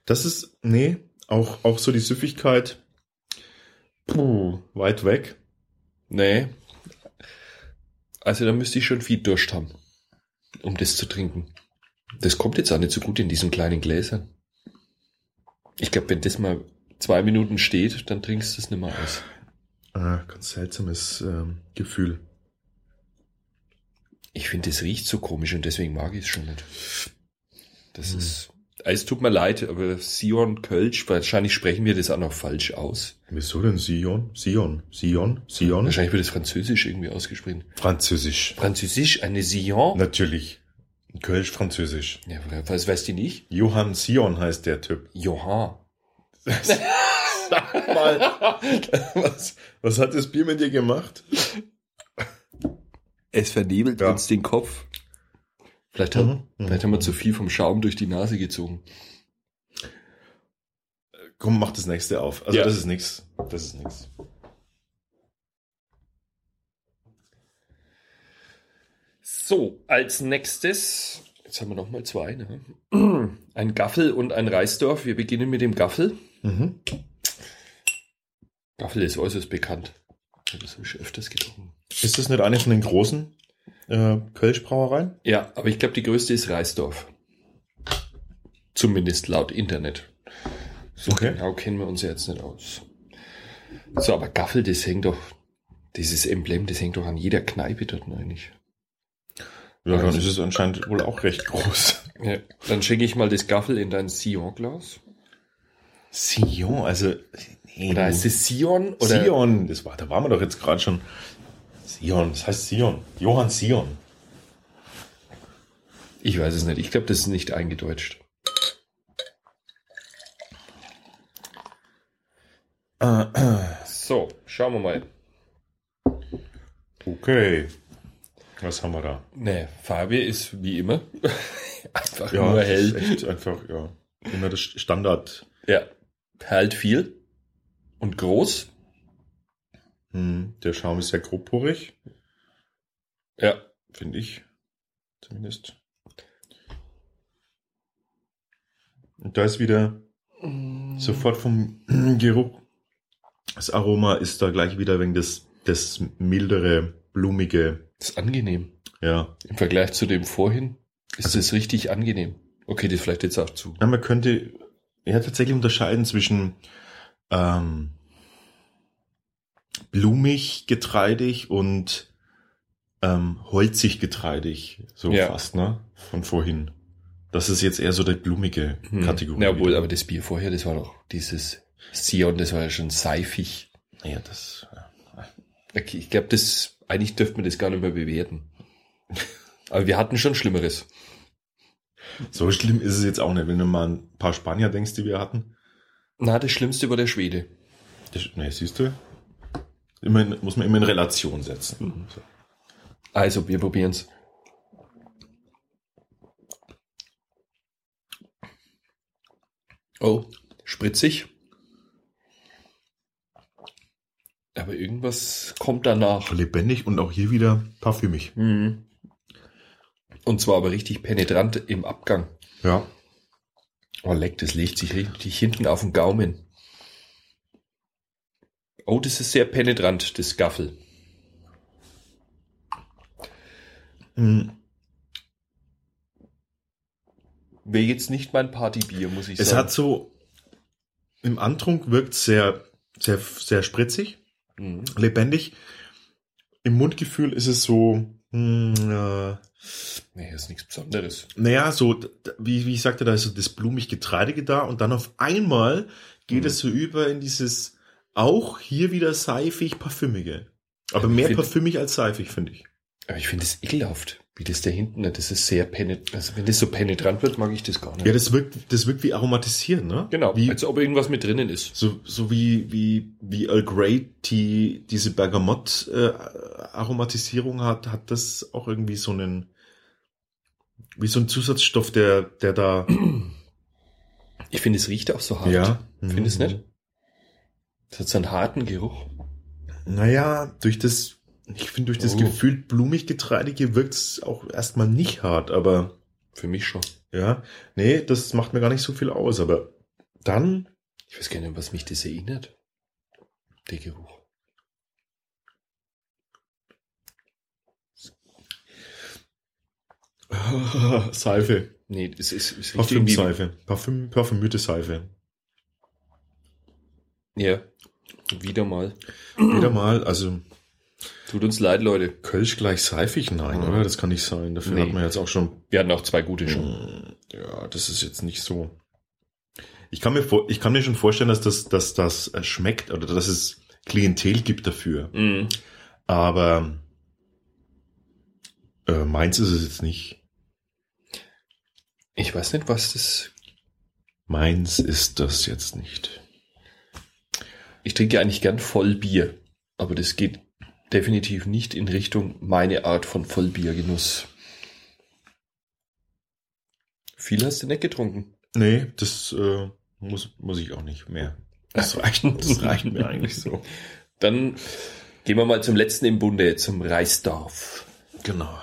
B: Das ist, nee, auch, auch so die Süffigkeit. Puh, weit weg.
C: Nee. Also da müsste ich schon viel Durst haben, um das zu trinken. Das kommt jetzt auch nicht so gut in diesen kleinen Gläsern. Ich glaube, wenn das mal zwei Minuten steht, dann trinkst du es nicht mehr aus.
B: Ah, ganz seltsames ähm, Gefühl.
C: Ich finde, das riecht so komisch und deswegen mag ich es schon nicht. Das ist. also, Es tut mir leid, aber Sion Kölsch, wahrscheinlich sprechen wir das auch noch falsch aus.
B: Wieso denn Sion? Sion, Sion, Sion?
C: Wahrscheinlich wird das Französisch irgendwie ausgesprochen.
B: Französisch.
C: Französisch, eine Sion?
B: Natürlich. Kölsch, Französisch.
C: Ja, was weißt du nicht?
B: Johann Sion heißt der Typ.
C: Johann.
B: Sag mal, [laughs] was, was hat das Bier mit dir gemacht?
C: Es vernebelt
B: Ja.
C: uns den Kopf. Vielleicht, hat,
B: Mhm, mhm.
C: vielleicht haben wir zu viel vom Schaum durch die Nase gezogen.
B: Komm, mach das nächste auf. Also
C: Ja.
B: das ist nix. Das ist nix.
C: So, als nächstes, jetzt haben wir nochmal zwei, ne? [clears throat] Ein Gaffel und ein Reisdorf. Wir beginnen mit dem Gaffel.
B: Mhm.
C: Gaffel ist äußerst bekannt. Ich habe das hab ich schon öfters getrunken.
B: Ist das nicht eine von den großen äh, Kölschbrauereien?
C: Ja, aber ich glaube, die größte ist Reisdorf. Zumindest laut Internet. So
B: Okay.
C: genau kennen wir uns ja jetzt nicht aus. So, aber Gaffel, das hängt doch, dieses Emblem, das hängt doch an jeder Kneipe dort ne, eigentlich.
B: Ja, dann ist es anscheinend wohl auch recht groß.
C: Ja, dann schicke ich mal das Gaffel in dein Sion-Glas.
B: Sion, also. Nee,
C: Oder heißt es Sion? Oder
B: Sion, das war, da waren wir doch jetzt gerade schon. Sion, das heißt Sion. Johann Sion.
C: Ich weiß es nicht. Ich glaube, das ist nicht eingedeutscht. So, schauen wir mal.
B: Okay. Was haben wir da?
C: Ne, Fabi ist wie immer [laughs] einfach nur
B: das ist
C: hell.
B: echt einfach, ja. Immer das Standard.
C: Ja, halt viel und groß.
B: Hm, der Schaum ist sehr grobporig,
C: Ja,
B: finde ich. Zumindest. Und da ist wieder sofort vom [clears throat] Geruch. Das Aroma ist da gleich wieder wegen des, das mildere, blumige.
C: ist angenehm.
B: Ja.
C: Im Vergleich zu dem vorhin ist
B: Also-
C: es richtig angenehm. Okay, das ist vielleicht jetzt auch zu.
B: Ja, man könnte ja tatsächlich unterscheiden zwischen ähm, blumig getreidig und ähm, holzig getreidig, so
C: Ja.
B: fast, ne? Von vorhin. Das ist jetzt eher so der blumige
C: Hm.
B: Kategorie.
C: Ja, wohl, aber das Bier vorher, das war doch dieses Sion, das war ja schon seifig.
B: ja, das.
C: Okay, ich glaube, das eigentlich dürfte man das gar nicht mehr bewerten. Aber wir hatten schon Schlimmeres.
B: So schlimm ist es jetzt auch nicht, wenn du mal ein paar Spanier denkst, die wir hatten.
C: Na, das Schlimmste war der Schwede.
B: Das, ne, siehst du? Immer in, muss man immer in Relation
C: Mhm.
B: setzen. So.
C: Also, wir probieren's. Oh, spritzig. Aber irgendwas kommt danach.
B: Lebendig und auch hier wieder parfümig.
C: Mhm. Und zwar aber richtig penetrant im Abgang.
B: Ja.
C: Oh, leck, das legt sich richtig hinten auf den Gaumen. Oh, das ist sehr penetrant, das Gaffel.
B: Mhm.
C: Wäre jetzt nicht mein Partybier, muss ich
B: Es
C: sagen.
B: hat so, im Antrunk wirkt sehr, sehr, sehr spritzig,
C: Mhm.
B: lebendig. Im Mundgefühl ist es so, mh, äh,
C: Nee, ist nichts Besonderes.
B: naja, so, d- d- wie, wie ich sagte, da ist so das blumig Getreidige da und dann auf einmal geht
C: Mhm.
B: es so über in dieses auch hier wieder seifig parfümige. Aber mehr
C: find-
B: parfümig als seifig, finde ich.
C: Aber ich finde es ekelhaft, wie das da hinten, das ist sehr penetrant. Also wenn das so penetrant wird, mag ich das gar nicht.
B: Ja, das wirkt, das wirkt wie aromatisieren, ne?
C: genau,
B: Wie,
C: als ob irgendwas mit drinnen ist.
B: so, so wie, wie, wie Earl Grey die, diese Bergamott-Aromatisierung hat, hat das auch irgendwie so einen, wie so ein Zusatzstoff, der, der
C: [clears throat]
B: da,
C: Ich finde, es riecht auch so hart. Findest
B: Mhm.
C: du nicht? Es hat so einen harten Geruch.
B: Naja, durch das, ich finde, durch das
C: Oh.
B: Gefühl blumig Getreidige wirkt's auch erstmal nicht hart, aber
C: Für mich schon.
B: ja, nee, das macht mir gar nicht so viel aus, aber
C: [laughs]
B: dann,
C: Ich weiß gar nicht, was mich das erinnert. Der Geruch.
B: Seife,
C: Nee, es ist, es riecht irgendwie.
B: Parfümseife, Parfüm, parfümierte Seife.
C: Ja. Wieder mal.
B: Wieder mal, also
C: Tut uns leid, Leute.
B: Kölsch gleich seifig, nein, oder? Das kann nicht sein, dafür
C: Nee. Mhm.
B: hat man jetzt auch schon,
C: Wir hatten auch zwei gute schon.
B: ja, das ist jetzt nicht so. Ich kann mir vor, ich kann mir schon vorstellen, dass das, dass das äh, schmeckt oder dass es Klientel gibt dafür.
C: Mhm.
B: Aber äh, meins ist es jetzt nicht.
C: Ich weiß nicht, was das.
B: Meins ist das jetzt nicht.
C: Ich trinke ja eigentlich gern Vollbier. Aber das geht definitiv nicht in Richtung meine Art von Vollbiergenuss. Viel hast du nicht getrunken.
B: Nee, das äh, muss, muss ich auch nicht mehr. Das reicht, das reicht mir eigentlich so.
C: [laughs] Dann gehen wir mal zum letzten im Bunde, zum Reisdorf.
B: Genau.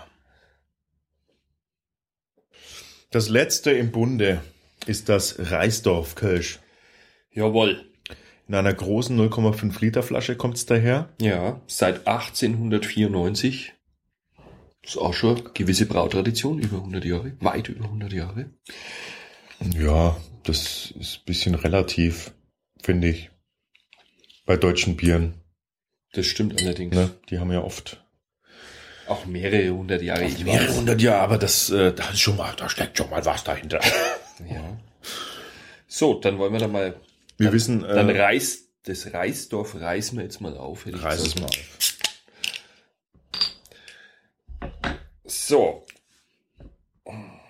B: Das letzte im Bunde ist das Reisdorf Kölsch.
C: Jawohl.
B: In einer großen 0,5 Liter Flasche kommt's daher.
C: Ja, seit 1894. Ist auch schon eine gewisse Brautradition, über 100 Jahre, weit über 100 Jahre.
B: Ja, das ist ein bisschen relativ, finde ich. Bei deutschen Bieren.
C: Das stimmt allerdings.
B: Ne? Die haben ja oft
C: Auch mehrere hundert Jahre. Ich
B: Mehrere
C: weiß.
B: hundert Jahre, aber das, äh, da, ist schon mal, da steckt schon mal was dahinter.
C: Ja. So, dann wollen wir da mal.
B: Wir
C: dann,
B: wissen, äh,
C: Dann reißt das Reisdorf reißen wir jetzt mal auf. hätte ich
B: Reiß es
C: gesagt.
B: mal.
C: So.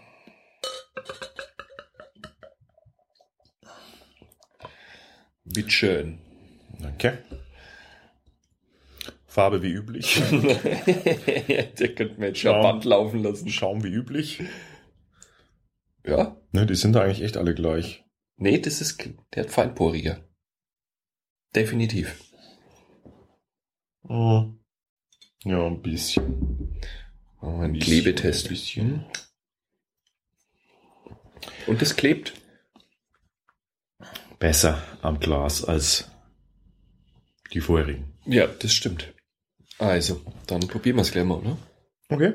B: [laughs]
C: Bitteschön. [laughs]
B: Danke. Farbe wie üblich,
C: Der könnte mir jetzt schon
B: Schaum.
C: Band laufen lassen.
B: Schaum wie üblich.
C: Ja.
B: Ne, die sind da eigentlich echt alle gleich.
C: Nee, das ist, der hat feinporiger. Definitiv. Mhm.
B: Ja, ein bisschen.
C: Machen wir einen
B: Ein
C: Klebetest.
B: bisschen.
C: Und das klebt.
B: Besser am Glas als die vorherigen.
C: Ja, das stimmt. Also, dann probieren wir es gleich mal, ne? oder?
B: Okay.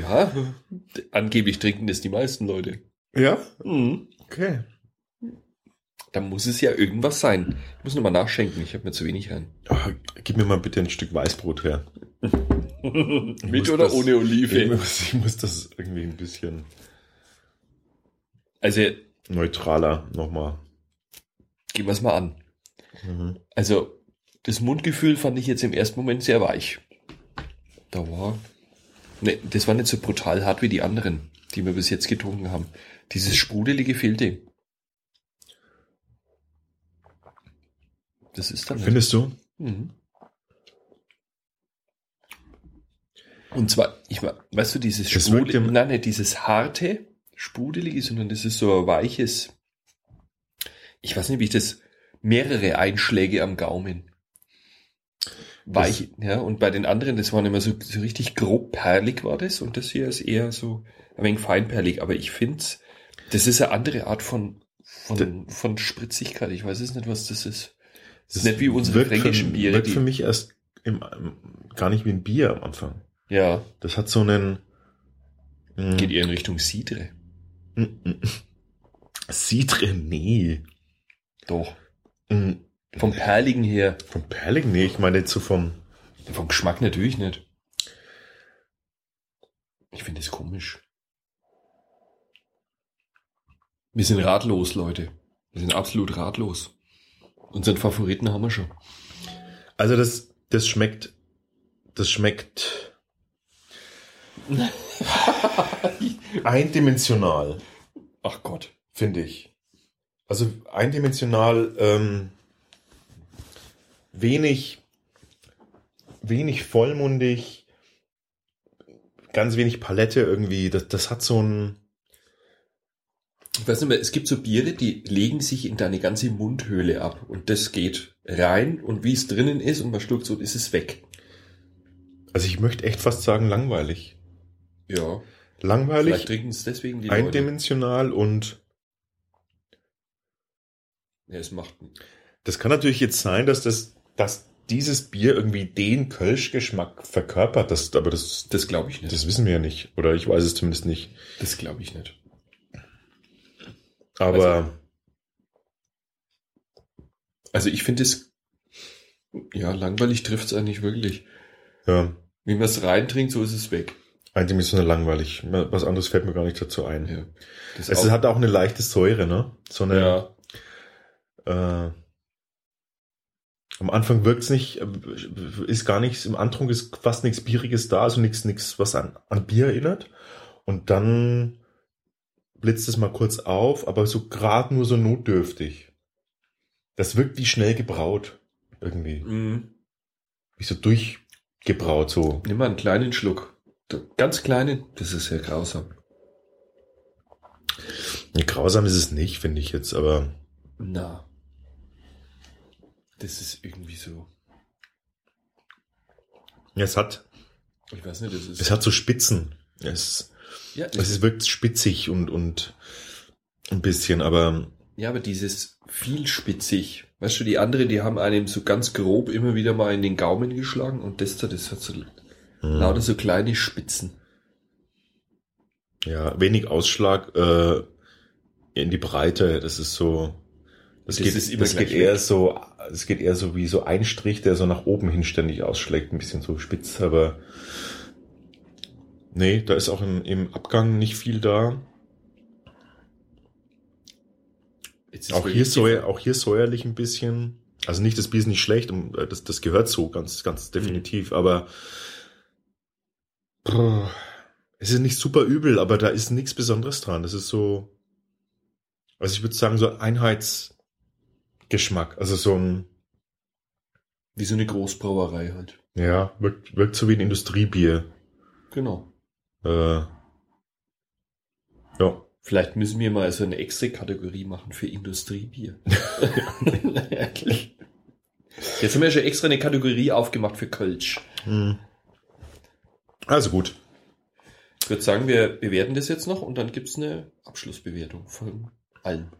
C: Ja. Angeblich trinken das die meisten Leute.
B: Ja,
C: Mhm.
B: okay.
C: Da muss es ja irgendwas sein. Ich muss nochmal nachschenken, ich habe mir zu wenig [laughs] rein.
B: Ah, gib mir mal bitte ein Stück Weißbrot her.
C: Mit
B: muss
C: oder
B: das-
C: ohne
B: Ich
C: Olive?
B: muss, [laughs] ich muss das irgendwie ein bisschen
C: Also,
B: neutraler nochmal.
C: gehen wir es mal an.
B: Mhm.
C: Also, Das Mundgefühl fand ich jetzt im ersten Moment sehr weich. Da war. Ne, das war nicht so brutal hart wie die anderen, die wir bis jetzt getrunken haben. Dieses Sprudelige fehlte. Das ist dann. halt nicht.
B: Findest du?
C: Mhm. Und zwar, ich mein, weißt du, dieses
B: Das wirkt
C: Sprudel,
B: im-
C: nein, nicht dieses harte, sprudelige, sondern das ist so ein weiches, ich weiß nicht, wie ich das, mehrere Einschläge am Gaumen. Weich, ja, und bei den anderen, das waren immer so, so richtig grob perlig war das und das hier ist eher so ein wenig feinperlig, aber ich finde, das ist eine andere Art von, von, von Spritzigkeit. Ich weiß es nicht, was das ist. Das ist nicht wie unsere
B: wirkt für-
C: fränkischen Biere.
B: Wirkt für
C: Die,
B: mich erst im, im, gar nicht wie ein Bier am Anfang.
C: ja,
B: Das hat so einen. mh,
C: geht eher in Richtung Sidre.
B: Mm, mm. Sidre, nee.
C: Doch.
B: Mm,
C: Vom Perligen her.
B: Vom Perling, nee, ich meine jetzt so vom.
C: Vom Geschmack natürlich nicht. Ich finde es komisch. Wir sind ratlos, Leute. Wir sind absolut ratlos. Unseren Favoriten haben wir schon.
B: Also das, das schmeckt. Das schmeckt. [laughs] eindimensional,
C: Ach Gott.
B: finde ich. Also eindimensional, ähm, wenig, wenig vollmundig, ganz wenig Palette irgendwie. Das, das hat so ein.
C: Ich weiß nicht mehr, es gibt so Biere, die legen sich in deine ganze Mundhöhle ab. Und das geht rein und wie es drinnen ist und man schluckt so, ist es weg.
B: Also ich möchte echt fast sagen, langweilig.
C: Ja. Vielleicht
B: Langweilig,
C: trinken es deswegen die Leute.
B: eindimensional und
C: Ja, es macht.
B: das kann natürlich jetzt sein, dass das, dass dieses Bier irgendwie den Kölsch-Geschmack verkörpert, das, aber das,
C: Das glaube ich nicht.
B: das wissen wir ja nicht. Oder ich weiß es zumindest nicht.
C: das glaube ich nicht.
B: Aber
C: Also ich finde es, ja, langweilig trifft es eigentlich wirklich.
B: ja,
C: Wie man es reintrinkt, so ist es weg.
B: eindimensional langweilig. Was anderes fällt mir gar nicht dazu ein.
C: Ja. Das
B: Es
C: auch-
B: hat auch eine leichte Säure, ne? So eine,
C: ja,
B: äh, am Anfang wirkt's nicht, äh, ist gar nichts, im Antrunk ist fast nichts Bieriges da, also nichts, nichts, was an, an Bier erinnert. Und dann blitzt es mal kurz auf, aber so gerade nur so notdürftig. Das wirkt wie schnell gebraut, irgendwie.
C: Mhm.
B: Wie so durchgebraut, so.
C: nimm mal einen kleinen Schluck. Da- Ganz kleinen, das ist ja grausam.
B: Grausam ist es nicht, finde ich jetzt, aber
C: Na. Das ist irgendwie so.
B: es hat,
C: Ich weiß nicht, das ist.
B: es hat so Spitzen. Es,
C: ja,
B: es ist- wirkt spitzig und, und ein bisschen, aber
C: ja, aber dieses vielspitzig. Weißt du, die anderen, die haben einem so ganz grob immer wieder mal in den Gaumen geschlagen und das da, das hat so
B: hm.
C: lauter so kleine Spitzen.
B: Ja, wenig Ausschlag äh, in die Breite. Das ist so. Das,
C: Das
B: geht,
C: ist immer
B: das
C: gleich
B: geht eher
C: weg.
B: so. Es geht eher so wie so ein Strich, der so nach oben hin ständig ausschlägt, ein bisschen so spitz, aber nee, da ist auch im, im Abgang nicht viel da.
C: Jetzt
B: Auch
C: wirklich
B: hier,
C: die-
B: säuer, auch hier säuerlich ein bisschen. Also nicht, das Bier ist nicht schlecht, um, äh, das, das gehört so ganz, ganz definitiv, aber brr, es ist nicht super übel, aber da ist nichts Besonderes dran. Das ist so, also ich würde sagen, so ein Einheitsgeschmack. Also so ein,
C: Wie so eine Großbrauerei halt.
B: ja, wirkt, wirkt so wie ein Industriebier.
C: Genau.
B: Äh, ja,
C: Vielleicht müssen wir mal so eine extra Kategorie machen für [laughs] Industriebier. Jetzt haben wir schon extra eine Kategorie aufgemacht für Kölsch.
B: hm. also gut.
C: Ich würde sagen, wir bewerten das jetzt noch und dann gibt's eine Abschlussbewertung von allen.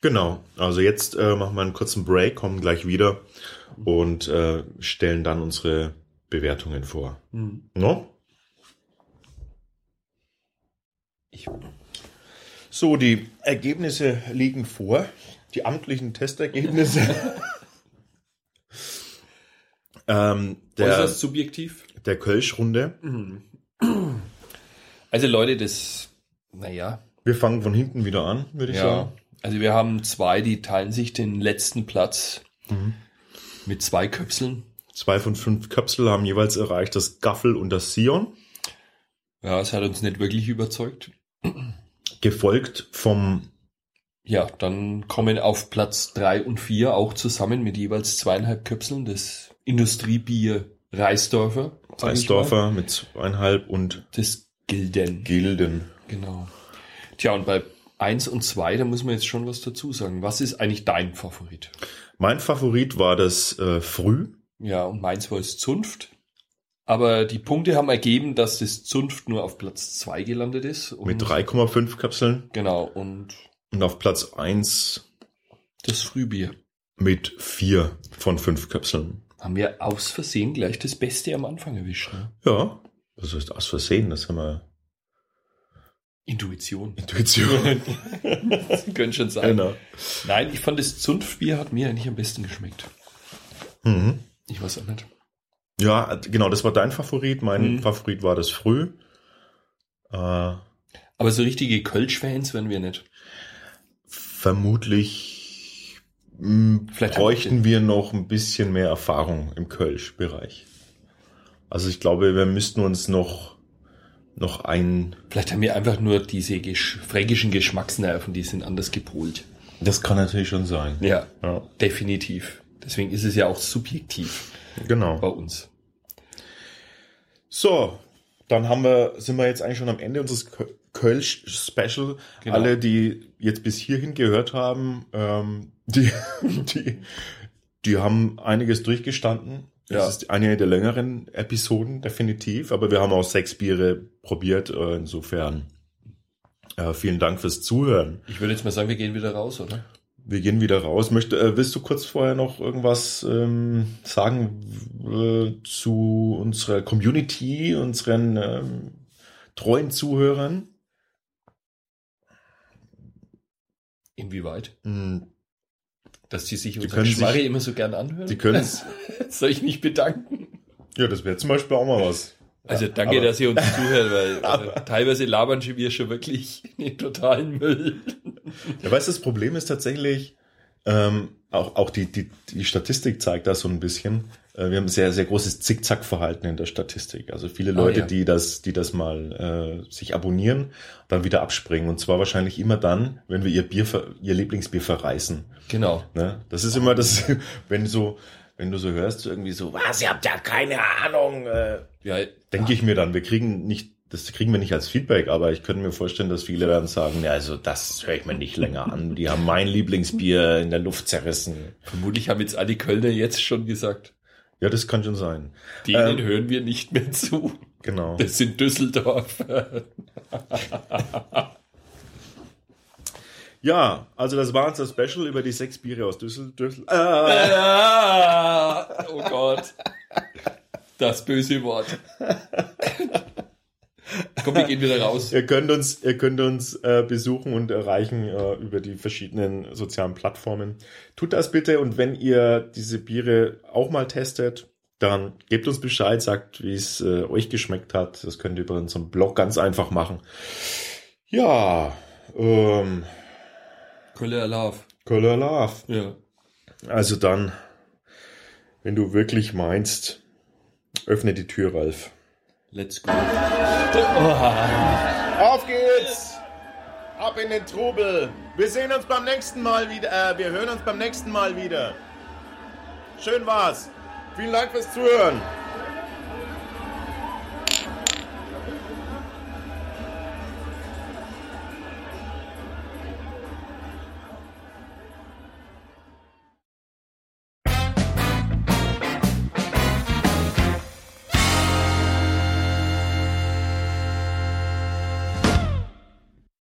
B: Genau, also jetzt äh, machen wir einen kurzen Break, kommen gleich wieder und äh, stellen dann unsere Bewertungen vor.
C: Hm.
B: No?
C: Ich,
B: So, die Ergebnisse liegen vor, die amtlichen Testergebnisse. [laughs] ähm, der,
C: äußerst subjektiv.
B: der Kölsch-Runde.
C: Hm. Also Leute, das, naja,
B: Wir fangen von hinten wieder an, würde ich
C: ja. Also wir haben zwei, die teilen sich den letzten Platz
B: sagen.
C: Mit zwei Köpseln.
B: Zwei von fünf Köpsel haben jeweils erreicht das Gaffel und das Sion,
C: Ja, es hat uns nicht wirklich überzeugt.
B: gefolgt vom
C: Ja, dann kommen auf Platz drei und vier auch zusammen mit jeweils zweieinhalb Köpseln das Industriebier Reisdorfer. sag ich mal.
B: Eisdorfer mit zweieinhalb und
C: Das Gilden.
B: Gilden.
C: Genau. Tja, und bei eins und zwei da muss man jetzt schon was dazu sagen. Was ist eigentlich dein Favorit?
B: Mein Favorit war das äh, Früh.
C: Ja, und meins war es Zunft. Aber die Punkte haben ergeben, dass das Zunft nur auf Platz zwei gelandet ist. Und
B: mit 3,5 Kapseln
C: Genau, und
B: und auf Platz 1
C: das Frühbier.
B: mit 4 von 5 Kapseln.
C: Haben wir aus Versehen gleich das Beste am Anfang erwischt. Ne?
B: Ja, das ist aus Versehen, das haben wir
C: Intuition. [laughs]
B: Intuition.
C: Könnte schon sein.
B: genau.
C: Nein, ich fand das Zunftbier hat mir eigentlich am besten geschmeckt.
B: Mhm.
C: Ich weiß auch nicht.
B: Ja, genau, das war dein Favorit. Mein
C: Mhm.
B: Favorit war das Früh. Äh,
C: Aber so richtige Kölsch-Fans werden wir nicht.
B: vermutlich mh,
C: Vielleicht
B: bräuchten wir noch ein bisschen mehr Erfahrung im Kölsch-Bereich. Also ich glaube, wir müssten uns noch, noch ein...
C: Vielleicht haben wir einfach nur diese gesch fränkischen Geschmacksnerven, die sind anders gepolt.
B: Das kann natürlich schon sein.
C: Ja,
B: Ja,
C: definitiv. Deswegen ist es ja auch subjektiv bei
B: genau.
C: uns.
B: So, dann haben wir, sind wir jetzt eigentlich schon am Ende unseres Kö- Kölsch-Special.
C: Genau.
B: Alle, die jetzt bis hierhin gehört haben, ähm, die, [laughs] die, die haben einiges durchgestanden.
C: Ja.
B: Das ist eine der längeren Episoden, definitiv. Aber wir haben auch sechs Biere probiert. äh, Insofern äh, vielen Dank fürs Zuhören.
C: Ich würde jetzt mal sagen, wir gehen wieder raus, oder?
B: Wir gehen wieder raus. Möchte, äh, willst du kurz vorher noch irgendwas ähm, sagen äh, zu unserer Community, unseren ähm, treuen Zuhörern?
C: Inwieweit?
B: Mm,
C: Dass die sich
B: können
C: unsere
B: sich-
C: Schmarre immer so gern anhören?
B: Die können es.
C: [laughs] Soll ich mich bedanken?
B: ja, das wäre zum Beispiel auch mal was.
C: Also
B: Ja,
C: danke,
B: aber- [laughs]
C: dass ihr uns zuhört, weil also,
B: Aber-
C: teilweise labern schon wir schon wirklich [laughs] den totalen Müll.
B: Ja, weißt du, das Problem ist tatsächlich, ähm, auch, auch die, die, die Statistik zeigt das so ein bisschen. Äh, wir haben ein sehr, sehr großes Zickzack-Verhalten in der Statistik. Also viele Leute,
C: ja.
B: die das, die das mal äh, sich abonnieren, dann wieder abspringen. Und zwar wahrscheinlich immer dann, wenn wir ihr Bier, ver- ihr Lieblingsbier verreißen.
C: Genau.
B: Ne? Das ist immer das, [laughs] wenn so, wenn du so hörst, irgendwie so, was, ihr habt ja keine Ahnung. Äh,
C: Ja,
B: denke ich mir dann, wir kriegen nicht, das kriegen wir nicht als Feedback, aber ich könnte mir vorstellen, dass viele dann sagen, ja, also das höre ich mir nicht länger an. Die haben mein Lieblingsbier in der Luft zerrissen.
C: vermutlich haben jetzt alle Kölner jetzt schon gesagt,
B: Ja, das kann schon sein.
C: denen
B: Ähm.
C: hören wir nicht mehr zu.
B: Genau.
C: Das sind Düsseldorfer.
B: Ja, also das war unser Special über die sechs Biere aus Düssel- Düssel. Äh,
C: [laughs] Ah, oh Gott. Das böse Wort. Komm, wir gehen wieder raus.
B: ihr könnt uns, ihr könnt uns äh, besuchen und erreichen äh, über die verschiedenen sozialen Plattformen. Tut das bitte und wenn ihr diese Biere auch mal testet, dann gebt uns Bescheid, sagt, wie es äh, euch geschmeckt hat. Das könnt ihr über unseren Blog ganz einfach machen. Ja, ähm,
C: Kölle Love.
B: Color Love.
C: Ja.
B: Also dann, wenn du wirklich meinst, öffne die Tür, Ralf.
C: Let's go. Oh,
B: Auf geht's! Ab in den Trubel! Wir sehen uns beim nächsten Mal wieder. Äh, wir hören uns beim nächsten Mal wieder. Schön war's. Vielen Dank fürs Zuhören.